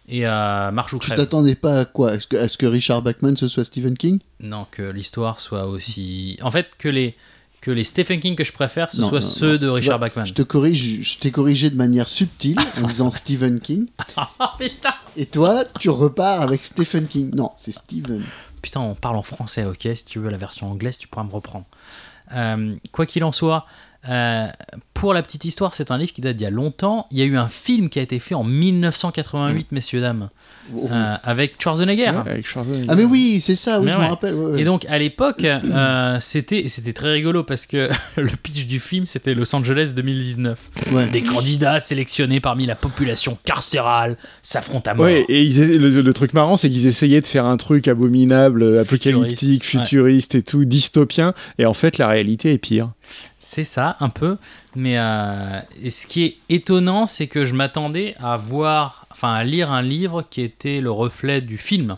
et euh, Marche ou Tu crève. t'attendais pas à quoi Est-ce que, à ce que Richard Bachman ce soit Stephen King Non, que l'histoire soit aussi... En fait, que les, que les Stephen King que je préfère, ce Non, soient non, ceux non. de Richard Bachman. Je te corrige, je t'ai corrigé de manière subtile en disant Stephen King. Et toi, tu repars avec Stephen King. Non, c'est Stephen. Putain, on parle en français, ok Si tu veux la version anglaise, tu pourras me reprendre. Euh, quoi qu'il en soit, euh, pour la petite histoire, c'est un livre qui date d'il y a longtemps. Il y a eu un film qui a été fait en 1988, messieurs, dames, euh, avec Schwarzenegger. Ouais, avec Schwarzenegger. Ah mais oui, c'est ça, oui, Mais je ouais. me rappelle. ouais, ouais. Et donc à l'époque, euh, c'était et c'était très rigolo parce que le pitch du film c'était Los Angeles 2019. Ouais. Des candidats sélectionnés parmi la population carcérale s'affrontent à mort. Ouais, et ils essa- le, le truc marrant, c'est qu'ils essayaient de faire un truc abominable, euh, apocalyptique, Futuriste, ouais. futuriste et tout, dystopien, et en fait, la réalité est pire. C'est ça, un peu. Mais euh, et ce qui est étonnant, c'est que je m'attendais à voir, enfin à lire un livre qui était le reflet du film,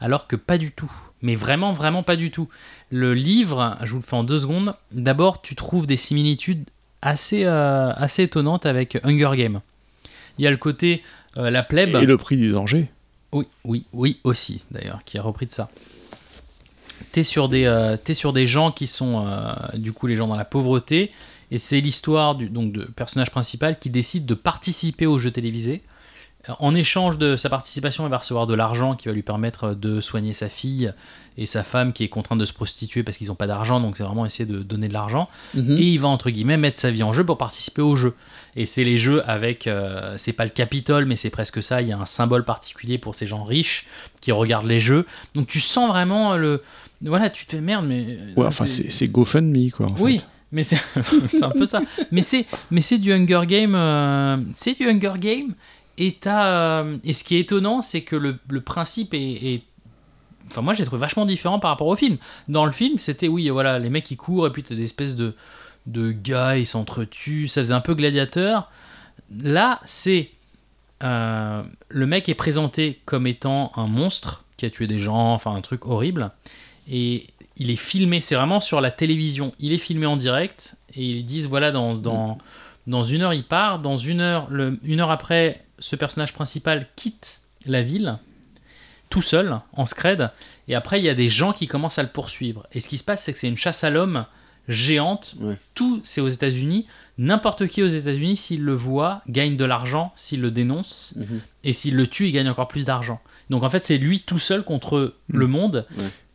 alors que pas du tout. Mais vraiment, vraiment pas du tout. Le livre, je vous le fais en deux secondes. D'abord, tu trouves des similitudes assez, euh, assez étonnantes avec Hunger Games. Il y a le côté euh, la plèbe. Et le prix du danger. Oui, oui, oui aussi d'ailleurs, qui a repris de ça. T'es sur des, euh, t'es sur des gens qui sont euh, du coup les gens dans la pauvreté, et c'est l'histoire du donc de personnage principal qui décide de participer au jeu télévisé Euh, En échange de sa participation, il va recevoir de l'argent qui va lui permettre euh, de soigner sa fille et sa femme qui est contrainte de se prostituer parce qu'ils n'ont pas d'argent, donc c'est vraiment essayer de donner de l'argent. Mhm. Et il va entre guillemets mettre sa vie en jeu pour participer au jeu. Et c'est les jeux avec, euh, c'est pas le Capitole, mais c'est presque ça. Il y a un symbole particulier pour ces gens riches qui regardent les jeux. Donc tu sens vraiment le, voilà, tu te fais merde, mais euh, Ouais, enfin, c'est c'est GoFundMe, quoi. en Ah, oui, fait. mais c'est c'est un peu ça. Mais c'est mais c'est du Hunger Game. euh, c'est du Hunger Game. Et, t'as, euh, et ce qui est étonnant, c'est que le, le principe est, est- Enfin, moi, j'ai trouvé vachement différent par rapport au film. Dans le film, c'était, oui, voilà, les mecs, ils courent, et puis t'as des espèces de, de gars, ils s'entretuent, ça faisait un peu gladiateur. Là, c'est... euh, le mec est présenté comme étant un monstre qui a tué des gens, enfin, un truc horrible. Et il est filmé, c'est vraiment sur la télévision. Il est filmé en direct et ils disent voilà, dans, Mm. dans, dans une heure il part, dans une heure, le, une heure après, ce personnage principal quitte la ville tout seul, en scred, et après il y a des gens qui commencent à le poursuivre. Et ce qui se passe, c'est que c'est une chasse à l'homme géante. Ouais. Tout, c'est aux États-Unis. N'importe qui aux États-Unis, s'il le voit, gagne de l'argent, s'il le dénonce, Mm-hmm. Mhm. et s'il le tue, il gagne encore plus d'argent. Donc en fait, c'est lui tout seul contre le monde.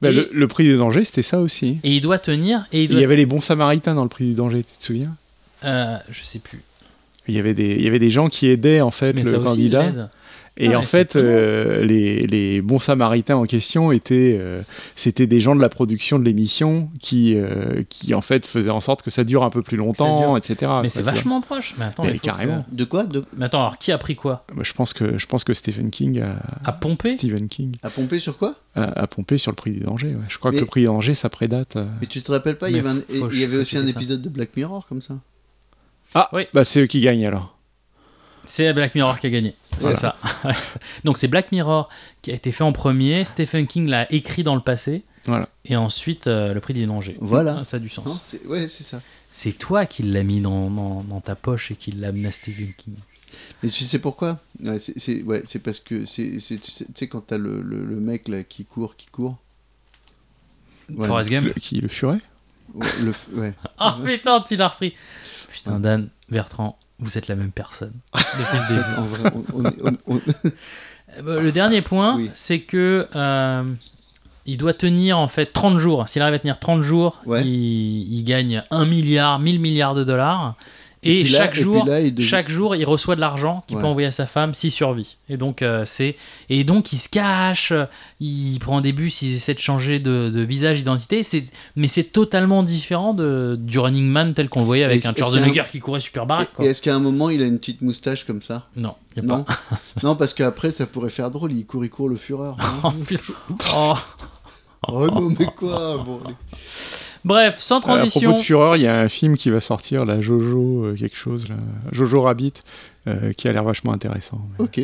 Bah, Et- le, le prix du danger, c'était ça aussi. et il doit tenir et il Il doit y avait les bons samaritains dans le prix du danger, tu te souviens Euh, je sais plus. il y, avait des, il y avait des gens qui aidaient en fait Mais le ça aussi, il candidat. l'aide. Et Ah, en mais fait, c'est euh, les, les bons samaritains en question étaient, euh, c'était des gens de la production de l'émission qui, euh, qui en fait faisaient en sorte que ça dure un peu plus longtemps, etc. quoi, mais c'est tu vois. vachement proche. Mais attends, Ah, Mais il faut que- carrément. De quoi de... Mais attends, alors qui a pris quoi Bah, Je pense que je pense que Stephen King a À pomper Stephen King À pomper sur quoi a, a pompé sur le prix du danger. ouais. Je crois Mais- que le prix du danger ça prédate. euh. Mais tu te rappelles pas, il y Mais avait, un- faut- il y avait faut aussi un checker ça. épisode de Black Mirror comme ça. Ah Oui. bah c'est eux qui gagnent alors. C'est Black Mirror qui a gagné. C'est Voilà. ça. Donc c'est Black Mirror qui a été fait en premier. Stephen King l'a écrit dans le passé. Voilà. Hein Et ensuite, euh, le prix des dangers. Voilà. Ça a du Non sens. C'est- ouais, c'est ça. C'est toi qui l'as mis dans, dans- dans ta poche et qui l'a amené à Stephen King. Mais tu sais pourquoi Ouais, c'est- C'est ouais, c'est parce que c'est c'est- tu sais- tu sais quand t'as le, le, le mec là qui court, qui court. Ouais. Forrest Gump. Le- qui le furet Ouais, le f- ouais. Oh putain, tu l'as repris. Putain, Dan, Bertrand, vous êtes la même personne. Depuis le début. En vrai, on- on est- on- on- Euh, Le dernier point, Oui. c'est que euh, il doit tenir en fait 30 jours. S'il arrive à tenir 30 jours, Ouais. il, il gagne 1 milliard, 1000 milliards de dollars. Et, puis là- chaque, et puis jour, là, il devient- chaque jour, il reçoit de l'argent qu'il peut Ouais. envoyer à sa femme s'il survit. Et donc, euh, c'est et donc il se cache, euh, il prend des bus, il essaie de changer de, de visage, d'identité. C'est- Mais c'est totalement différent de, du Running Man tel qu'on le voyait avec est-ce- un est-ce qu'il y a Schwarzenegger un- qui courait super baraque. Et quoi. est-ce qu'à un moment il a une petite moustache comme ça Non, il n'y a pas. Non. non, parce qu'après ça pourrait faire drôle. Il court, il court le fureur. Oh, putain. Oh. oh non, mais quoi bon, allez. Bref, sans Euh, à transition. propos de Fureur, il y a un film qui va sortir, là, Jojo, euh, quelque chose, là, Jojo Rabbit, euh, qui a l'air vachement intéressant. Ok.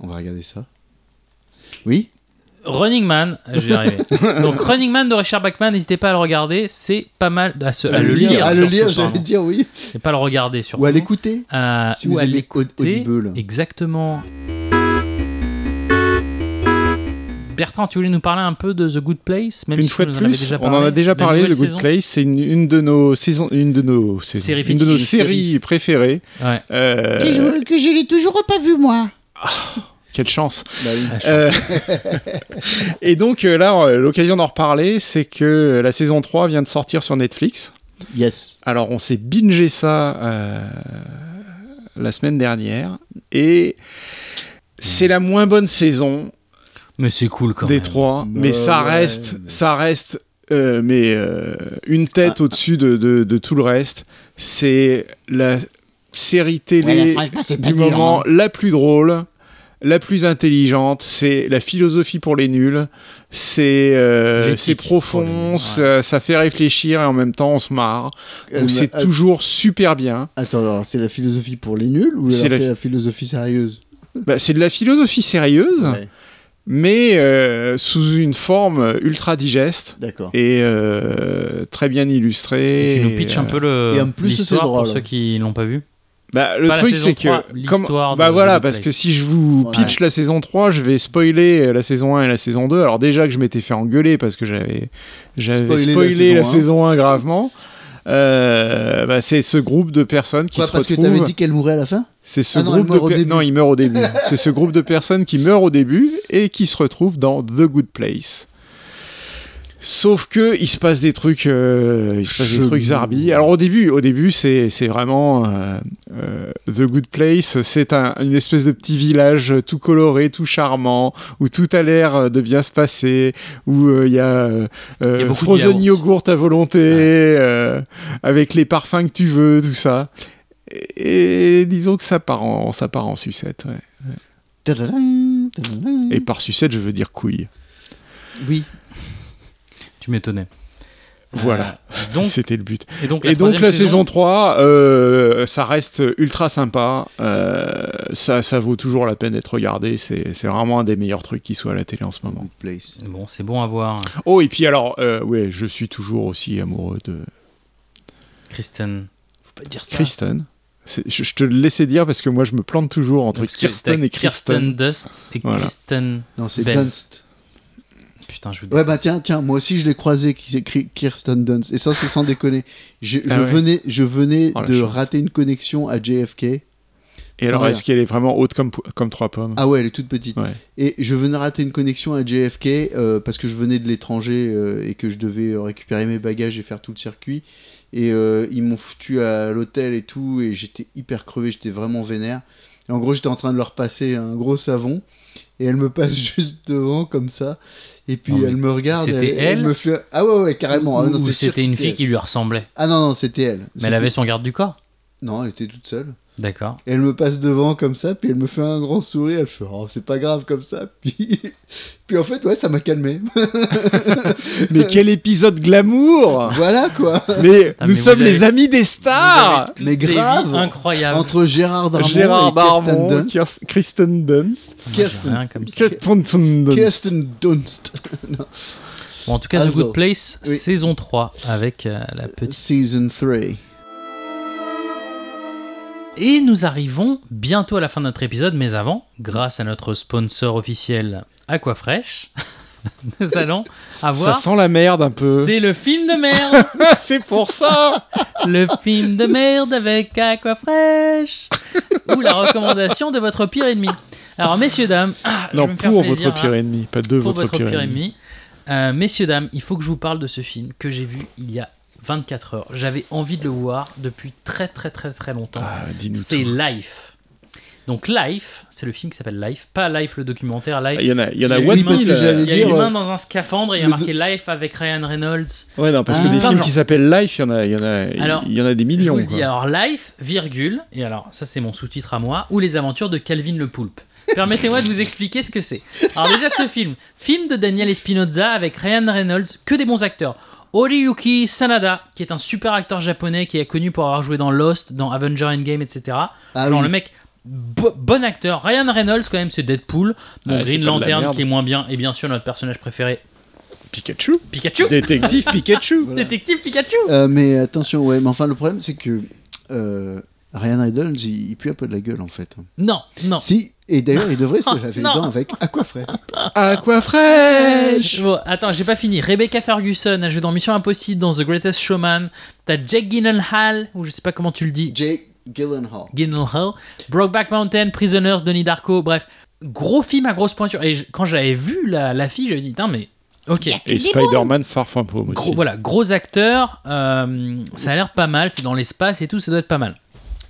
On va regarder ça. Oui. Running Man, j'y arrivais. Donc Running Man de Richard Bachman, n'hésitez pas à le regarder, c'est pas mal à, se- à le lire, À le surtout, lire, pardon. j'allais dire oui. et pas le regarder surtout. Ou à l'écouter. Euh, Si ou vous à aimez Aud- l'écouter. Audible. Exactement. Bertrand, tu voulais nous parler un peu de The Good Place, même Une si fois tu de nous en avais plus, déjà on parlé. en a déjà la parlé, nouvelle The Good saison. Place, c'est une, une de nos saisons, une de nos, saisons, Séries une de nos fétiches. séries préférées. Ouais. Euh, que je l'ai toujours pas vu, moi. quelle chance Bah oui. Ah, je- Euh, Et donc euh, là, euh, l'occasion d'en reparler, c'est que la saison 3 vient de sortir sur Netflix. Yes. Alors on s'est bingé ça euh, la semaine dernière, et c'est la moins bonne saison Mais c'est cool quand des même. trois, Bah mais ça ouais, reste, mais- ça reste, euh, mais euh, une tête Ah. au-dessus de, de- de tout le reste. C'est la série télé bah, du hein. moment la plus drôle, la plus intelligente. C'est la philosophie pour les nuls. C'est euh, L'éthique c'est profond, pour les nuls, ça, ça fait réfléchir et en même temps on se marre. Euh, Donc, c'est euh, toujours super bien. Attends, alors c'est la philosophie pour les nuls ou alors C'est la- c'est la philosophie sérieuse Bah, c'est de la philosophie sérieuse, Ouais, mais euh, sous une forme ultra digeste. D'accord. et euh, très bien Et illustré. tu nous pitches un euh, peu le- et en plus, c'est l'histoire pour drôle. ceux qui l'ont pas vu. bah, le pas la truc, saison c'est 3, que. l'histoire de bah The voilà, Good parce Place. que si je vous Ouais. pitch la saison 3, je vais spoiler euh, la saison 1 et la saison 2. Alors, déjà que je m'étais fait engueuler parce que j'avais j'avais Spoilé spoilé, la la, saison un. saison 1 gravement. euh, bah, c'est ce groupe de personnes qui Quoi, se parce que retrouvent. t'avais dit qu'elle mourrait à la fin C'est ce Ah non, elle groupe meurt au de per- début. non, il meurt au début. c'est ce groupe de personnes qui meurent au début et qui se retrouvent dans The Good Place. Sauf que il se passe des trucs, euh, il se passe des Chelou. trucs zarbi. Alors au début, au début, c'est c'est vraiment euh, euh, The Good Place. C'est un- une espèce de petit village tout coloré, tout charmant, où tout a l'air euh, de bien se passer, où euh, il y a, euh, y a beaucoup de frozen yaourts. yogourt à volonté, euh, avec les parfums que tu veux, tout ça. Et, et disons que ça part en, ça part en sucette. ouais. Tadadam, Mm. tadadam. Et par sucette, je veux dire couille. Oui. Tu m'étonnais. Voilà. Euh, donc, C'était le but. et donc la, Et donc troisième la saison 3, euh, ça reste ultra sympa. Euh, ça, ça vaut toujours la peine d'être regardé. C'est c'est vraiment un des meilleurs trucs qui soit à la télé en ce moment. Good place. Bon, c'est bon à voir. Oh, et puis alors, euh, ouais, je suis toujours aussi amoureux de Kristen. Faut pas dire ça. Kristen. C'est- Je, je te le laissais dire parce que moi je me plante toujours entre Donc, Kirsten t'as et Kristen. Kirsten Dust et Voilà. Kristen. Non, c'est Ben. Dunst. Putain, je vous dis. Ouais, bah tiens, tiens, moi aussi je l'ai croisé qui s'écrit Kirsten Dunst. Et ça, c'est sans déconner. Je, Ah je ouais. venais, je venais Oh, la de chance. rater une connexion à JFK. Et alors, Voilà. est-ce qu'elle est vraiment haute comme, comme trois pommes Ah ouais, elle est toute petite. Ouais. Et je venais rater une connexion à JFK euh, parce que je venais de l'étranger euh, et que je devais euh, récupérer mes bagages et faire tout le circuit. Et euh, ils m'ont foutu à l'hôtel et tout. Et j'étais hyper crevé, j'étais vraiment vénère. Et en gros, j'étais en train de leur passer un gros savon. Et elle me passe juste devant comme ça. Et puis Non, mais elle me regarde. et c'était elle, elle me fait. Ah ouais, ouais, carrément. Ah Ou- non, ou c'est sûr c'était que une c'était fille elle. qui lui ressemblait. Ah non, non, c'était elle. Mais elle C'était- avait son garde du corps. Non, elle était toute seule. D'accord. Et elle me passe devant comme ça, puis elle me fait un grand sourire. Elle fait Oh, c'est pas grave comme ça. Puis, puis en fait, ouais, ça m'a calmé. Mais quel épisode glamour voilà quoi. Mais Putain, nous mais sommes vous avez- les amis des stars Vous avez toutes Mais des vies grave. Incroyable. Entre Gérard Darmon Gérard et Kirsten Darmon, Dunst. Kirs- Kristen Dunst. Moi, j'ai Kirsten. rien comme ça. Kirsten Dunst. Kirsten Dunst. Bon, en tout cas, The Also. Good Place, Oui. saison 3, avec euh, la petite. Season 3. Euh, Et nous arrivons bientôt à la fin de notre épisode, mais avant, grâce à notre sponsor officiel Aquafresh, nous allons Ça avoir. sent la merde un peu. C'est le film de merde C'est pour ça Le film de merde avec Aquafresh Ou la recommandation de votre pire ennemi. Alors, messieurs, dames, ah, je vais Non, me faire pour plaisir, votre pire hein. ennemi, pas de pour votre, votre pire pire ennemi. ennemi. Euh, messieurs, dames, il faut que je vous parle de ce film que j'ai vu il y a 24 heures. J'avais envie de le voir depuis très très très très longtemps. Ah, dis-nous c'est tout. Life. Donc Life, c'est le film qui s'appelle Life, pas Life le documentaire, Life. Ah, Il y en a, il y en a Oui, What parce que Mille, j'allais Il y a dire, une main euh, dans un scaphandre et il y a le- marqué Life avec Ryan Reynolds. Ouais, non, parce Ah. que des Plein de films gens. qui s'appellent Life, il y en a, il y en a, il- Alors, il y en a des Je millions. vous le quoi. dis, alors Life, virgule, et alors ça c'est mon sous-titre à moi, ou les aventures de Calvin le Poulpe. Permettez-moi de vous expliquer ce que c'est. Alors déjà ce film, film de Daniel Espinoza avec Ryan Reynolds, que des bons acteurs. Horiyuki Sanada, qui est un super acteur japonais qui est connu pour avoir joué dans Lost, dans Avenger Endgame, etc. Ah, Genre oui. le mec, bo- bon acteur. Ryan Reynolds quand même, c'est Deadpool. Mon Ouais, c'est Green pas de la Lantern merde. qui est moins bien, et bien sûr notre personnage préféré, Pikachu Pikachu. Détective Pikachu Détective Pikachu. Euh, mais attention, ouais, mais enfin, le problème, c'est que euh, Ryan Reynolds, il, il pue un peu de la gueule en fait. Non, non. Si, et d'ailleurs, il devrait se laver les Non. dents avec Aquafray. Aqua fraîche Bon, attends, j'ai pas fini. Rebecca Ferguson a joué dans Mission Impossible, dans The Greatest Showman. T'as Jake Gyllenhaal, ou je sais pas comment tu le dis, Jake Gyllenhaal. Gyllenhaal. Brokeback Mountain, Prisoners, Donnie Darko, bref. Gros film à grosse pointure. Et je- quand j'avais vu la, la fille, j'avais dit, putain, mais ok. Et Spider-Man Far From Home Gros, aussi. voilà, gros acteur, euh, ça a l'air pas mal, c'est dans l'espace et tout, ça doit être pas mal.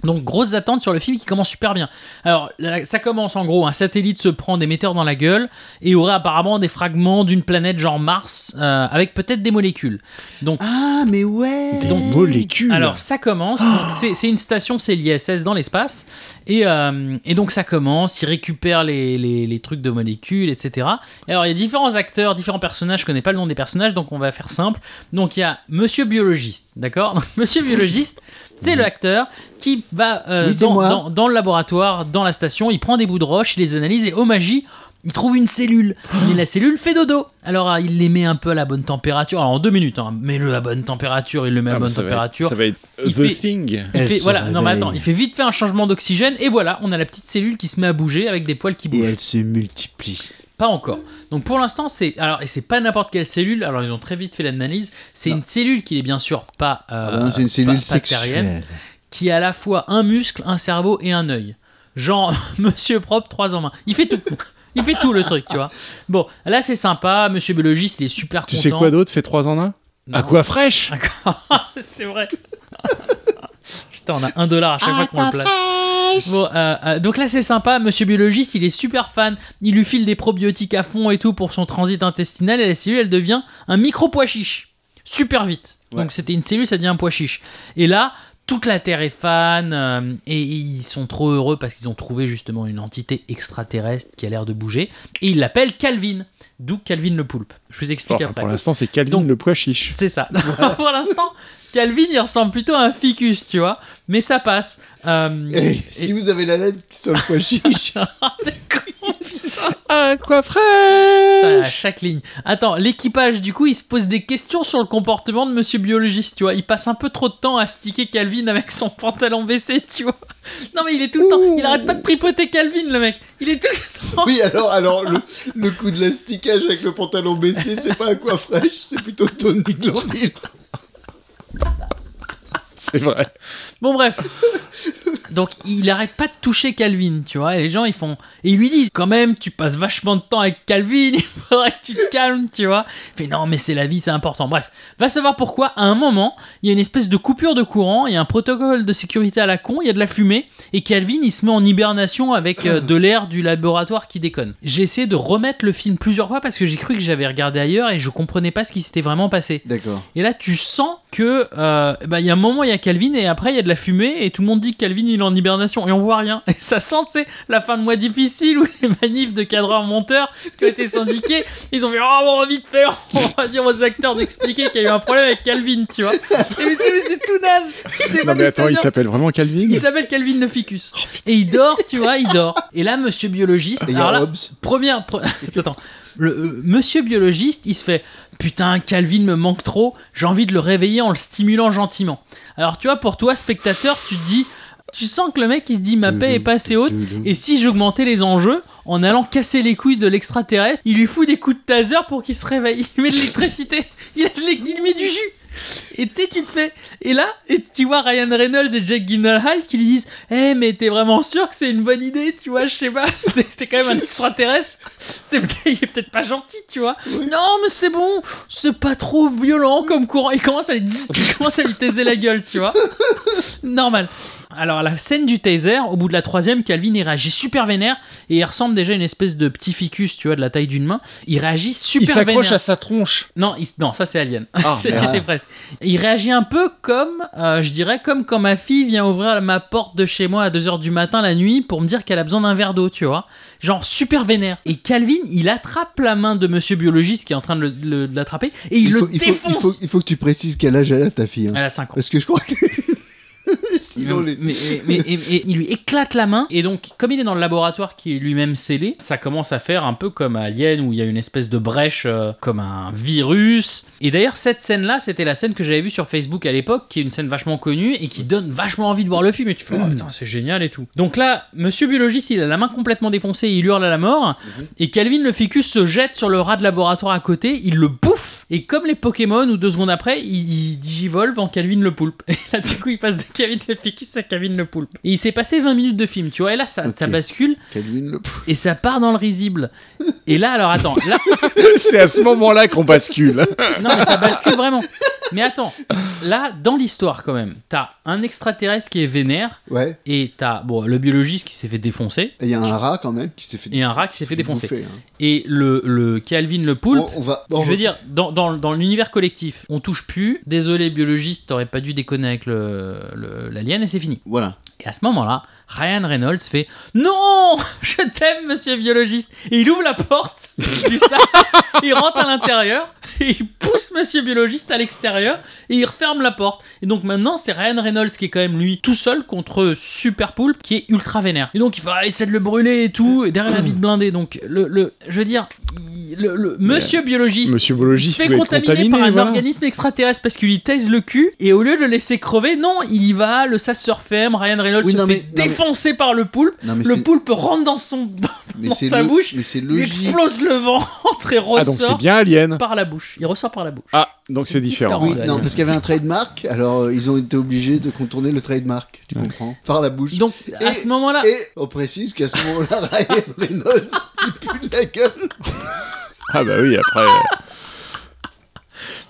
Donc, grosses attentes sur le film qui commence super bien. Alors, là, ça commence en gros, un satellite se prend des metteurs dans la gueule et aurait apparemment des fragments d'une planète genre Mars euh, avec peut-être des molécules. Donc, Ah, mais ouais. Des molécules Ah, Oh. alors ça commence, donc c'est- c'est une station, c'est l'ISS dans l'espace, et, euh, et donc ça commence, ils récupèrent les, les- les trucs de molécules, etc. Et alors il y a différents acteurs, différents personnages, je connais pas le nom des personnages, donc on va faire simple. Donc il y a Monsieur Biologiste, d'accord Donc, Monsieur Biologiste, c'est le acteur qui va euh, Oui, c'est dans, moi. dans- dans le laboratoire, dans la station, il prend des bouts de roche, il les analyse, et oh magie il trouve une cellule, mais la cellule fait dodo. Alors ah, il les met un peu à la bonne température. Alors en deux minutes, hein, mets-le à la bonne température, il le met à Ah, la mais bonne ça va être- température. Ça va être Il The fait- Thing. Il Elle fait, se voilà, non mais attends, réveille. il fait vite fait un changement d'oxygène et voilà, on a la petite cellule qui se met à bouger avec des poils qui Et bougent. elle se multiplie. Pas encore. Donc pour l'instant, c'est alors et c'est pas n'importe quelle cellule. Alors ils ont très vite fait l'analyse. C'est une cellule qui n'est bien sûr pas. euh, Ah bah non, c'est une pas- cellule pas terrienne, sexuelle. qui a à la fois un muscle, un cerveau et un œil. Genre Monsieur propre, trois en main. Il fait tout. Il fait tout le truc, tu vois. Bon, là c'est sympa. Monsieur biologiste, il est super Tu content. sais quoi d'autre Fait 3 en 1 Non. À quoi fraîche C'est vrai. Putain, on a un dollar à chaque fois qu'on le place. Bon, euh, euh, donc là, c'est sympa. Monsieur biologiste, il est super fan. Il lui file des probiotiques à fond et tout pour son transit intestinal. Et la cellule, elle devient un micro pois chiche. Super vite. Donc c'était une cellule, ça devient un pois chiche. Et là, toute la Terre est fan. euh, et ils sont trop heureux parce qu'ils ont trouvé justement une entité extraterrestre qui a l'air de bouger. Et ils l'appellent Calvin. D'où Calvin le poulpe. Je vous explique Enfin, après. Pour l'instant, c'est Calvin Donc- le pois chiche. C'est ça. Pour l'instant, Calvin, il ressemble plutôt à un ficus, tu vois. Mais ça passe. Euh, Et Eh, si vous avez la lettre qui sonne pois chiche, À quoi putain, à fraîche chaque ligne. Attends, l'équipage, du coup, il se pose des questions sur le comportement de Monsieur Biologiste, tu vois. Il passe un peu trop de temps à sticker Calvin avec son pantalon baissé, tu vois. Non, mais il est tout le temps. Il arrête pas de tripoter Calvin, le mec. Il est tout le temps. oui, alors, alors le, le coup de l'astiquage avec le pantalon baissé, c'est pas à quoi fraîche, c'est plutôt Tony Glandil. C'est vrai. Bon bref. Donc il arrête pas de toucher Calvin, tu vois. Et les gens ils font et ils lui disent quand même tu passes vachement de temps avec Calvin, il faudrait que tu te calmes, tu vois. Il fait non mais c'est la vie, c'est important. Bref, va savoir pourquoi à un moment, il y a une espèce de coupure de courant, il y a un protocole de sécurité à la con, il y a de la fumée et Calvin il se met en hibernation avec euh, de l'air du laboratoire qui déconne. J'ai essayé de remettre le film plusieurs fois parce que j'ai cru que j'avais regardé ailleurs et je comprenais pas ce qui s'était vraiment passé. D'accord. Et là, tu sens que euh, bah, il y a un moment, il y a Calvin et après il y a de la fumée et tout le monde dit que Calvin il est en hibernation et on voit rien. Et ça sent, tu sais, la fin de mois difficile où les manifs de cadreurs-monteurs qui ont été syndiqués, ils ont fait oh bon vite fait, on va dire aux acteurs d'expliquer qu'il y a eu un problème avec Calvin, tu vois. Et mais, c'est- mais c'est tout naze. C'est Non mais pas attends, du il standard. s'appelle vraiment Calvin Il s'appelle Calvin le ficus. Et il dort, tu vois, il dort. Et là, monsieur biologiste. Et il y alors a là, Hobbes. Première. pre- Attends. Le, euh, monsieur biologiste, il se fait Putain, Calvin me manque trop, j'ai envie de le réveiller en le stimulant gentiment. Alors, tu vois, pour toi, spectateur, tu te dis Tu sens que le mec, il se dit Ma paix est pas assez haute, Mm. et si j'augmentais les enjeux en allant casser les couilles de l'extraterrestre, il lui fout des coups de taser pour qu'il se réveille. Il lui met de l'électricité, il, a de l'é- il lui met du jus. Et tu sais, tu te fais. Et là, et tu vois Ryan Reynolds et Jack Gyllenhaal qui lui disent Eh, mais t'es vraiment sûr que c'est une bonne idée, tu vois, je sais pas, c'est c'est quand même un extraterrestre. C'est il est peut-être pas gentil, tu vois. Non, mais c'est bon, c'est pas trop violent comme courant. Il commence à lui, il commence à lui taiser la gueule, tu vois. Normal. Alors, à la scène du taser, au bout de la troisième, Calvin il réagit super vénère et il ressemble déjà à une espèce de petit ficus, tu vois, de la taille d'une main. Il réagit Il super s'accroche vénère. à sa tronche. Non, il- non, ça c'est Alien. Ah, C'était merde. presque. Il réagit un peu comme, euh, je dirais, comme quand ma fille vient ouvrir ma porte de chez moi à 2h du matin la nuit pour me dire qu'elle a besoin d'un verre d'eau, tu vois. Genre super vénère. Et Calvin, il attrape la main de monsieur biologiste qui est en train de le- le- de l'attraper et il, le il, faut, défonce. il faut- il faut que tu précises quel âge elle a ta fille. hein. Elle a 5 ans. Parce que je crois que. Sinon, mais, les- mais- mais- mais- mais- il lui éclate la main et donc comme il est dans le laboratoire qui est lui-même scellé, ça commence à faire un peu comme à Alien où il y a une espèce de brèche euh, comme un virus. Et d'ailleurs cette scène-là, c'était la scène que j'avais vue sur Facebook à l'époque, qui est une scène vachement connue et qui donne vachement envie de voir le film. Et tu fais oh, putain c'est génial et tout. Donc là, Monsieur biologiste, il a la main complètement défoncée, il hurle à la mort et Calvin le ficus se jette sur le rat de laboratoire à côté, il le bouffe et comme les Pokémon ou deux secondes après, il, il digivolve en Calvin le poulpe. Et là du coup il passe de Calvin le ficus à Calvin le poulpe. Et il s'est passé 20 minutes de film, tu vois, et là ça, Ok. ça bascule Calvin le- et ça part dans le risible. Et là alors attends, là C'est à ce moment-là qu'on bascule. non, mais ça bascule vraiment. Mais attends, là, dans l'histoire quand même, t'as un extraterrestre qui est vénère Ouais. et t'as bon, le biologiste qui s'est fait défoncer Et Il y a un rat quand même qui s'est fait. et un rat qui s'est Oh. fait défoncer. bouffer, hein. Et le, le Calvin le poulpe, On, on va. on je va- veux dire, dans, dans- dans l'univers collectif, on touche plus. Désolé, biologiste, t'aurais pas dû déconner avec le- le- l'alien et c'est fini. Voilà. Et à ce moment-là, Ryan Reynolds fait Non Je t'aime, monsieur biologiste Et il ouvre la porte du sas, il rentre à l'intérieur, et il pousse monsieur biologiste à l'extérieur, et il referme la porte. Et donc maintenant, c'est Ryan Reynolds qui est quand même lui tout seul contre Super Poulpe qui est ultra vénère. Et donc il fait Ah, essaie de le brûler et tout, et derrière la vie de blindé. Donc, le, le- je veux dire, il- le, le- monsieur biologiste. Monsieur Il Biologiste se fait doit être contaminer contaminé, par un voilà. organisme extraterrestre parce qu'il lui taise le cul et au lieu de le laisser crever, non, il y va, le sas se referme, Ryan Reynolds Oui, se non, fait mais- non, mais- défoncer par le poulpe, Non, mais le c'est- poulpe rentre dans son, dans mais dans c'est sa lo- bouche, mais c'est Il logique. explose le ventre et Ah, donc c'est ressort bien Alien. par la bouche. Il ressort par la bouche. Ah, donc c'est c'est différent. différent. Oui, non, parce qu'il y avait un trademark, alors euh, ils ont été obligés de contourner le trademark, tu comprends, par la bouche. Donc à Et- ce moment-là, Et on précise qu'à ce moment-là, Ryan Reynolds, il pue de la gueule. Ah bah oui, après. euh,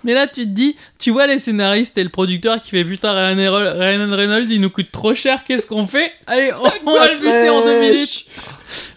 mais là tu te dis, tu vois les scénaristes et le producteur qui fait putain Ryan, Re- Ryan Reynolds, il nous coûte trop cher, qu'est-ce qu'on fait Allez, on, on va le buter en deux minutes.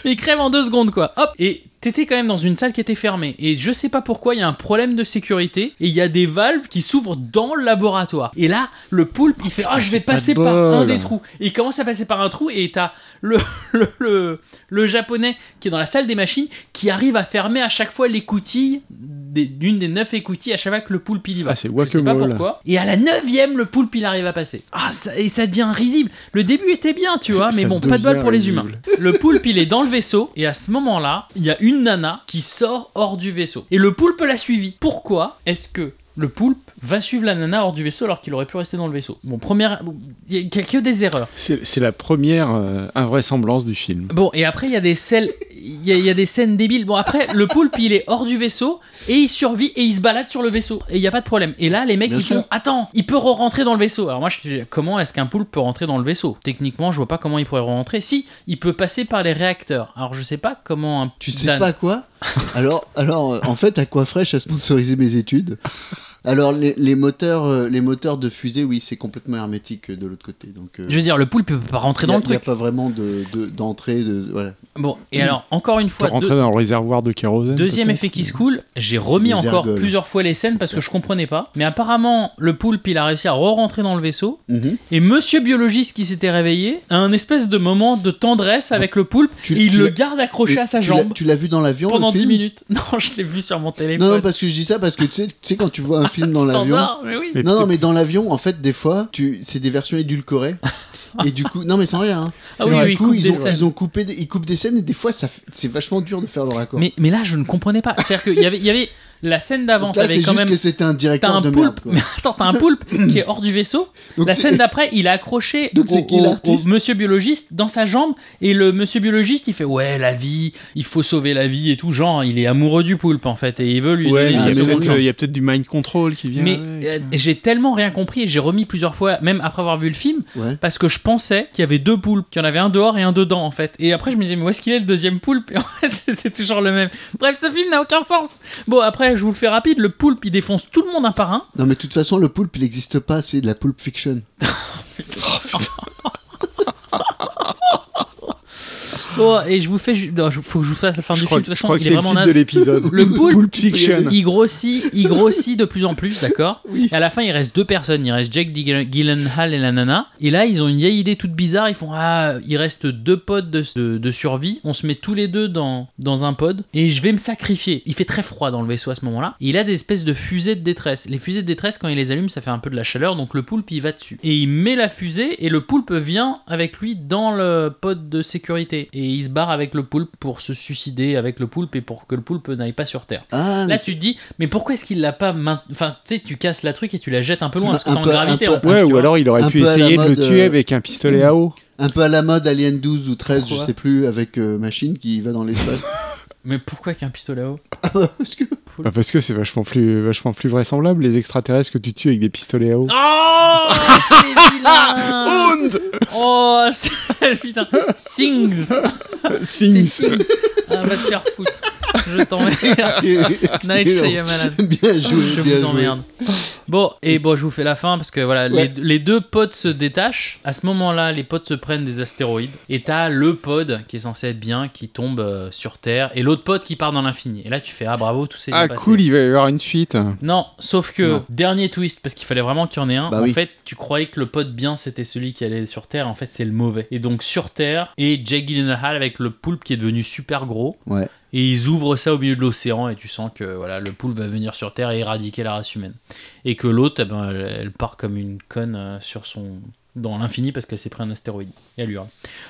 Il crève en deux secondes quoi. Hop et T'étais quand même dans une salle qui était fermée et je sais pas pourquoi il y a un problème de sécurité et il y a des valves qui s'ouvrent dans le laboratoire et là le poulpe il fait ah je vais pas de passer par un bol. des trous et il commence à passer par un trou et t'as le, le, le, le japonais qui est dans la salle des machines qui arrive à fermer à chaque fois l'écoutille des- d'une des neuf écoutilles à chaque fois que le poulpe il y va. Ah, c'est Je sais pas guacamole. pourquoi. Et à la neuvième, le poulpe il arrive à passer. Ah, ça, et ça devient risible. Le début était bien, tu vois, mais Ça bon, pas de bol devient pour les humains. risible. Le poulpe il est dans le vaisseau et à ce moment-là, il y a une nana qui sort hors du vaisseau. Et le poulpe l'a suivi. Pourquoi est-ce que le poulpe va suivre la nana hors du vaisseau alors qu'il aurait pu rester dans le vaisseau Bon, première, il y a que des erreurs. C'est c'est la première euh, invraisemblance du film. Bon, et après, il y a des scènes, il y, a- il y a des scènes débiles. Bon, après, le poulpe, il est hors du vaisseau et il survit et il se balade sur le vaisseau et il y a pas de problème. Et là, les mecs, Bien ils sûr. font, attends, il peut re-rentrer dans le vaisseau. Alors moi, je dis, comment est-ce qu'un poulpe peut rentrer dans le vaisseau Techniquement, je vois pas comment il pourrait rentrer. Si, il peut passer par les réacteurs. Alors je sais pas comment un. Tu sais Dan- pas quoi Alors, alors euh, en fait, Aquafresh a sponsorisé mes études. Alors, les, les moteurs, euh, les moteurs de fusée, oui, c'est complètement hermétique euh, de l'autre côté. Donc, euh, Je veux dire, le poulpe il peut pas rentrer il y dans a- le il n'y a truc. pas vraiment de- de- d'entrée. De, voilà. Bon, et alors encore une Pour fois, deux- rentrer dans le réservoir de kérosène. Deuxième peut-être effet qui se coule, j'ai remis des encore ergols. plusieurs fois les scènes parce que je comprenais pas. Mais apparemment, le poulpe, il a réussi à re-rentrer dans le vaisseau. Mhm. Et Monsieur Biologiste qui s'était réveillé a un espèce de moment de tendresse avec le poulpe Tu- et il tu le l'as- garde accroché Mais à sa tu l'as- jambe Tu l'as vu dans l'avion pendant le 10 film minutes. Non, je l'ai vu sur mon téléphone. Non, non, parce que je dis ça parce que tu sais, tu sais quand tu vois un film dans l'avion. Standard, mais oui. Mais Non, non, mais dans l'avion, en fait, des fois, tu... c'est des versions édulcorées. et du coup, non, mais sans rien. hein. Ah Et oui, du oui, il coup, coupe ils, des ont, scènes. ils ont coupé, des- ils coupent des scènes et des fois, ça, f- c'est vachement dur de faire le raccord. Mais, mais là, je ne comprenais pas. C'est-à-dire qu'il y avait, il y avait la scène d'avant, Donc là, t'avais c'est quand juste même. que c'était un T'as directeur un de poulpe, merde. quoi. mais attends, t'as un poulpe qui est hors du vaisseau Donc, la c'est- scène d'après, il est accroché Donc au, c'est qui au- l'artiste au monsieur biologiste dans sa jambe et le monsieur biologiste il fait ouais la vie, il faut sauver la vie et tout genre, il est amoureux du poulpe en fait et il veut lui lui Ah, Ouais, mais il y laisser a mais seconde bon, peut-être chance. euh, il y a peut-être du mind control qui vient. Mais avec, euh, hein. euh. j'ai tellement rien compris et j'ai remis plusieurs fois même après avoir vu le film Ouais. parce que je pensais qu'il y avait deux poulpes, qu'il y en avait un dehors et un dedans en fait. Et après je me disais mais où est-ce qu'il est le deuxième poulpe Et en fait c'était toujours le même. Bref, ce film n'a aucun sens. Bon après je vous le fais rapide, le poulpe il défonce tout le monde un par un. Non, mais de toute façon, le poulpe, il n'existe pas, c'est de la poulpe fiction. Bon, Oh, et je vous fais ju- non, je- faut que je vous fasse la fin Je du crois, film de toute je façon, crois que il est, c'est le vraiment titre naze. de l'épisode. Le poulpe, Pulp Fiction. Il grossit, il grossit de plus en plus, d'accord Et à la fin, il reste deux personnes. Il reste Jack Dylan- Gyllenhaal et la nana. Et là, ils ont une vieille idée toute bizarre. Ils font Ah, il reste deux pods de, de- de survie. On se met tous les deux dans, dans un pod. Et je vais me sacrifier. Il fait très froid dans le vaisseau à ce moment-là. Et il a des espèces de fusées de détresse. Les fusées de détresse, quand il les allume, ça fait un peu de la chaleur. Donc le poulpe, il va dessus. Et il met la fusée. Et le poulpe vient avec lui dans le pod de sécurité. Et il se barre avec le poulpe pour se suicider avec le poulpe et pour que le poulpe n'aille pas sur Terre. Ah, Là, mais tu te dis, mais pourquoi est-ce qu'il l'a pas main- Enfin, tu sais, tu casses la truc et tu la jettes un peu C'est loin un parce que t'es en peu- gravité. un peu- en plus, Ouais, tu ou vois. alors il aurait Un pu peu à la essayer de le mode, tuer euh, avec un pistolet à eau. un peu à la mode Alien 12 ou 13, Pourquoi je sais plus, avec euh, machine qui va dans l'espace. Ah, Mais pourquoi qu'un pistolet à eau Parce que- Bah, parce que c'est vachement plus, vachement plus vraisemblable les extraterrestres que tu tues avec des pistolets à eau. Oh, c'est vilain Oh, c'est putain Sings C'est Things. Sings Ah, va te faire foutre. Je t'emmerde. c'est- Night c'est- Shyamalan. Bien joué, Je bien vous joué. emmerde. Bon, et bon, je vous fais la fin parce que voilà, les- Ouais. les, deux pods se détachent. À ce moment-là, les pods se prennent des astéroïdes. Et t'as le pod qui est censé être bien, qui tombe euh, sur Terre, et l'autre pod qui part dans l'infini. Et là, tu fais Ah bravo, tout s'est bien Ah passé. cool, il va y avoir une suite. Non, sauf que, Non. dernier twist, parce qu'il fallait vraiment qu'il y en ait un. Bah en oui. fait, tu croyais que le pod bien c'était celui qui allait sur Terre, en fait c'est le mauvais. Et donc sur Terre, et Jack Gyllenhaal avec le poulpe qui est devenu super gros. Ouais. Et ils ouvrent ça au milieu de l'océan et tu sens que voilà le poulpe va venir sur Terre et éradiquer la race humaine. Et que l'autre, eh ben, elle, elle part comme une conne euh, sur son dans l'infini parce qu'elle s'est pris un astéroïde. Et elle hurle.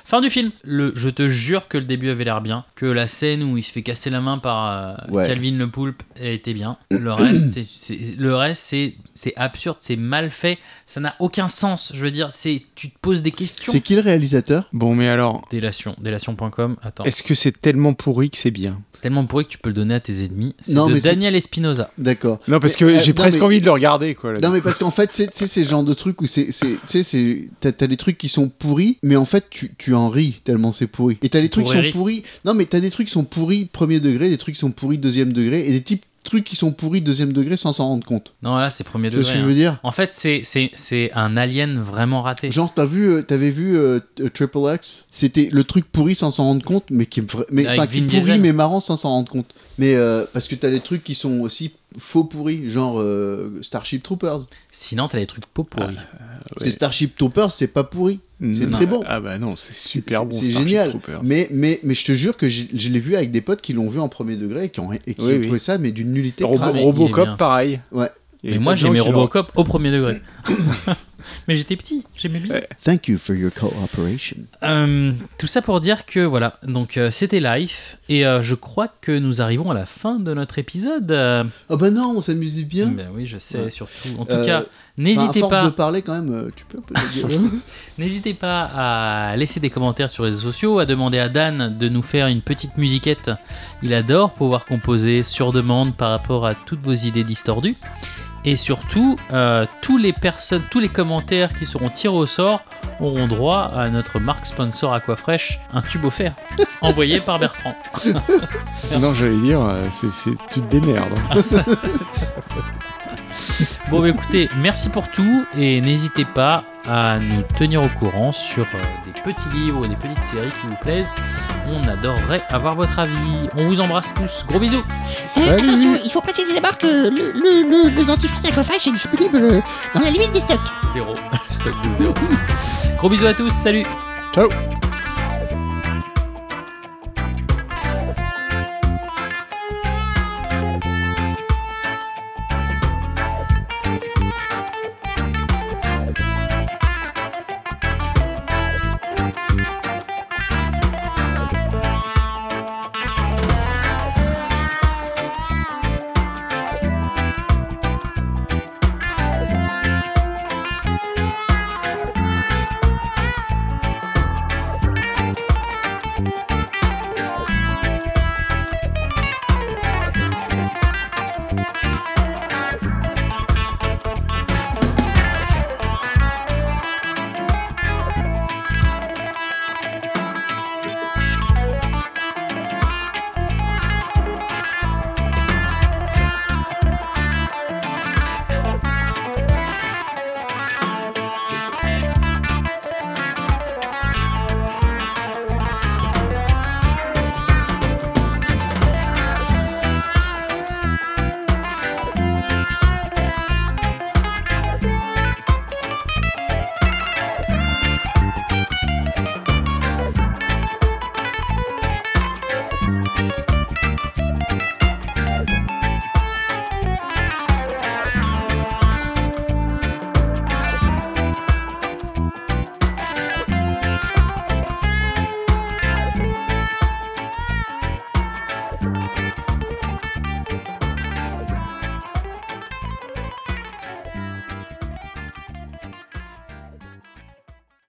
Fin du film. Le, je te jure que le début avait l'air bien, que la scène où il se fait casser la main par euh, Ouais. Calvin le poulpe elle était bien. Le reste, c'est- c'est- le reste, c'est c'est absurde, c'est mal fait, ça n'a aucun sens. Je veux dire, c'est tu te poses des questions. C'est qui le réalisateur Bon, mais alors, Délation, délation.com. Attends, est-ce que c'est tellement pourri que c'est bien c'est tellement pourri que tu peux le donner à tes ennemis. C'est Non, de mais c'est- Daniel Espinosa. D'accord. Non, parce que Mais, euh, j'ai non, presque mais- envie de le regarder, quoi. là. Non mais parce qu'en fait, c'est c'est ces genres de trucs où c'est c'est- tu sais c'est t'as t'as des trucs qui sont pourris, mais en fait tu, tu en ris tellement c'est pourri. Et t'as des trucs qui sont Pourri. pourris. Non mais t'as des trucs qui sont pourris premier degré, des trucs qui sont pourris deuxième degré, et des types trucs qui sont pourris deuxième degré sans s'en rendre compte. Non, là, c'est premier Tu vois ce degré. que je hein. veux dire En fait, c'est- c'est c'est un alien vraiment raté. Genre t'as vu euh, t'avais vu euh, t- euh, Triple X C'était le truc pourri sans s'en rendre compte, mais qui est vra- mais Avec enfin, qui est Vin pourri Diesel. mais marrant sans s'en rendre compte. Mais euh, parce que t'as des trucs qui sont aussi faux pourris, genre euh, Starship Troopers. Sinon, t'as des trucs pas pourris. Parce que Starship Troopers c'est pas pourri. c'est Non. très bon. Ah bah non, c'est C'est- super c'est- bon. C'est Starship génial. Troopers. Mais, mais, mais je te jure que j'ai- je l'ai vu avec des potes qui l'ont vu en premier degré et qui ont, et qui Oui, ont oui. trouvé ça, mais d'une nullité Robo- crâne. mais il est bien. Robocop, pareil. Ouais. Il y a mais des moi, tas de gens j'aimais qui l'ont- Robocop au premier degré. Mais j'étais petit, j'aimais bien. Thank you for your cooperation. Euh, tout ça pour dire que voilà, donc euh, c'était Life, et euh, je crois que nous arrivons à la fin de notre épisode. euh, Oh bah non, on s'amusait bien. ben oui, je sais, Ouais. surtout. En tout Euh, cas, Enfin, n'hésitez à force pas. de parler quand même, euh, tu peux un peu le dire. N'hésitez pas à laisser des commentaires sur les réseaux sociaux, à demander à Dan de nous faire une petite musiquette. Il adore pouvoir composer sur demande par rapport à toutes vos idées distordues. Et surtout, euh, tous, les personnes, tous les commentaires qui seront tirés au sort auront droit à notre marque sponsor Aquafresh, un tube offert, envoyé par Bertrand. Non, j'allais dire, euh, c'est- c'est- tu te démerdes. Bon, bah, écoutez, merci pour tout et n'hésitez pas à nous tenir au courant sur euh, des petits livres ou des petites séries qui vous plaisent. On adorerait avoir votre avis. On vous embrasse tous. Gros bisous. Eh, Salut. attention, il faut préciser d'abord que le, le, le, le dentifrice Aquafresh est disponible euh, dans la limite des stocks. Zéro. Stock de zéro. Gros bisous à tous. Salut. Ciao.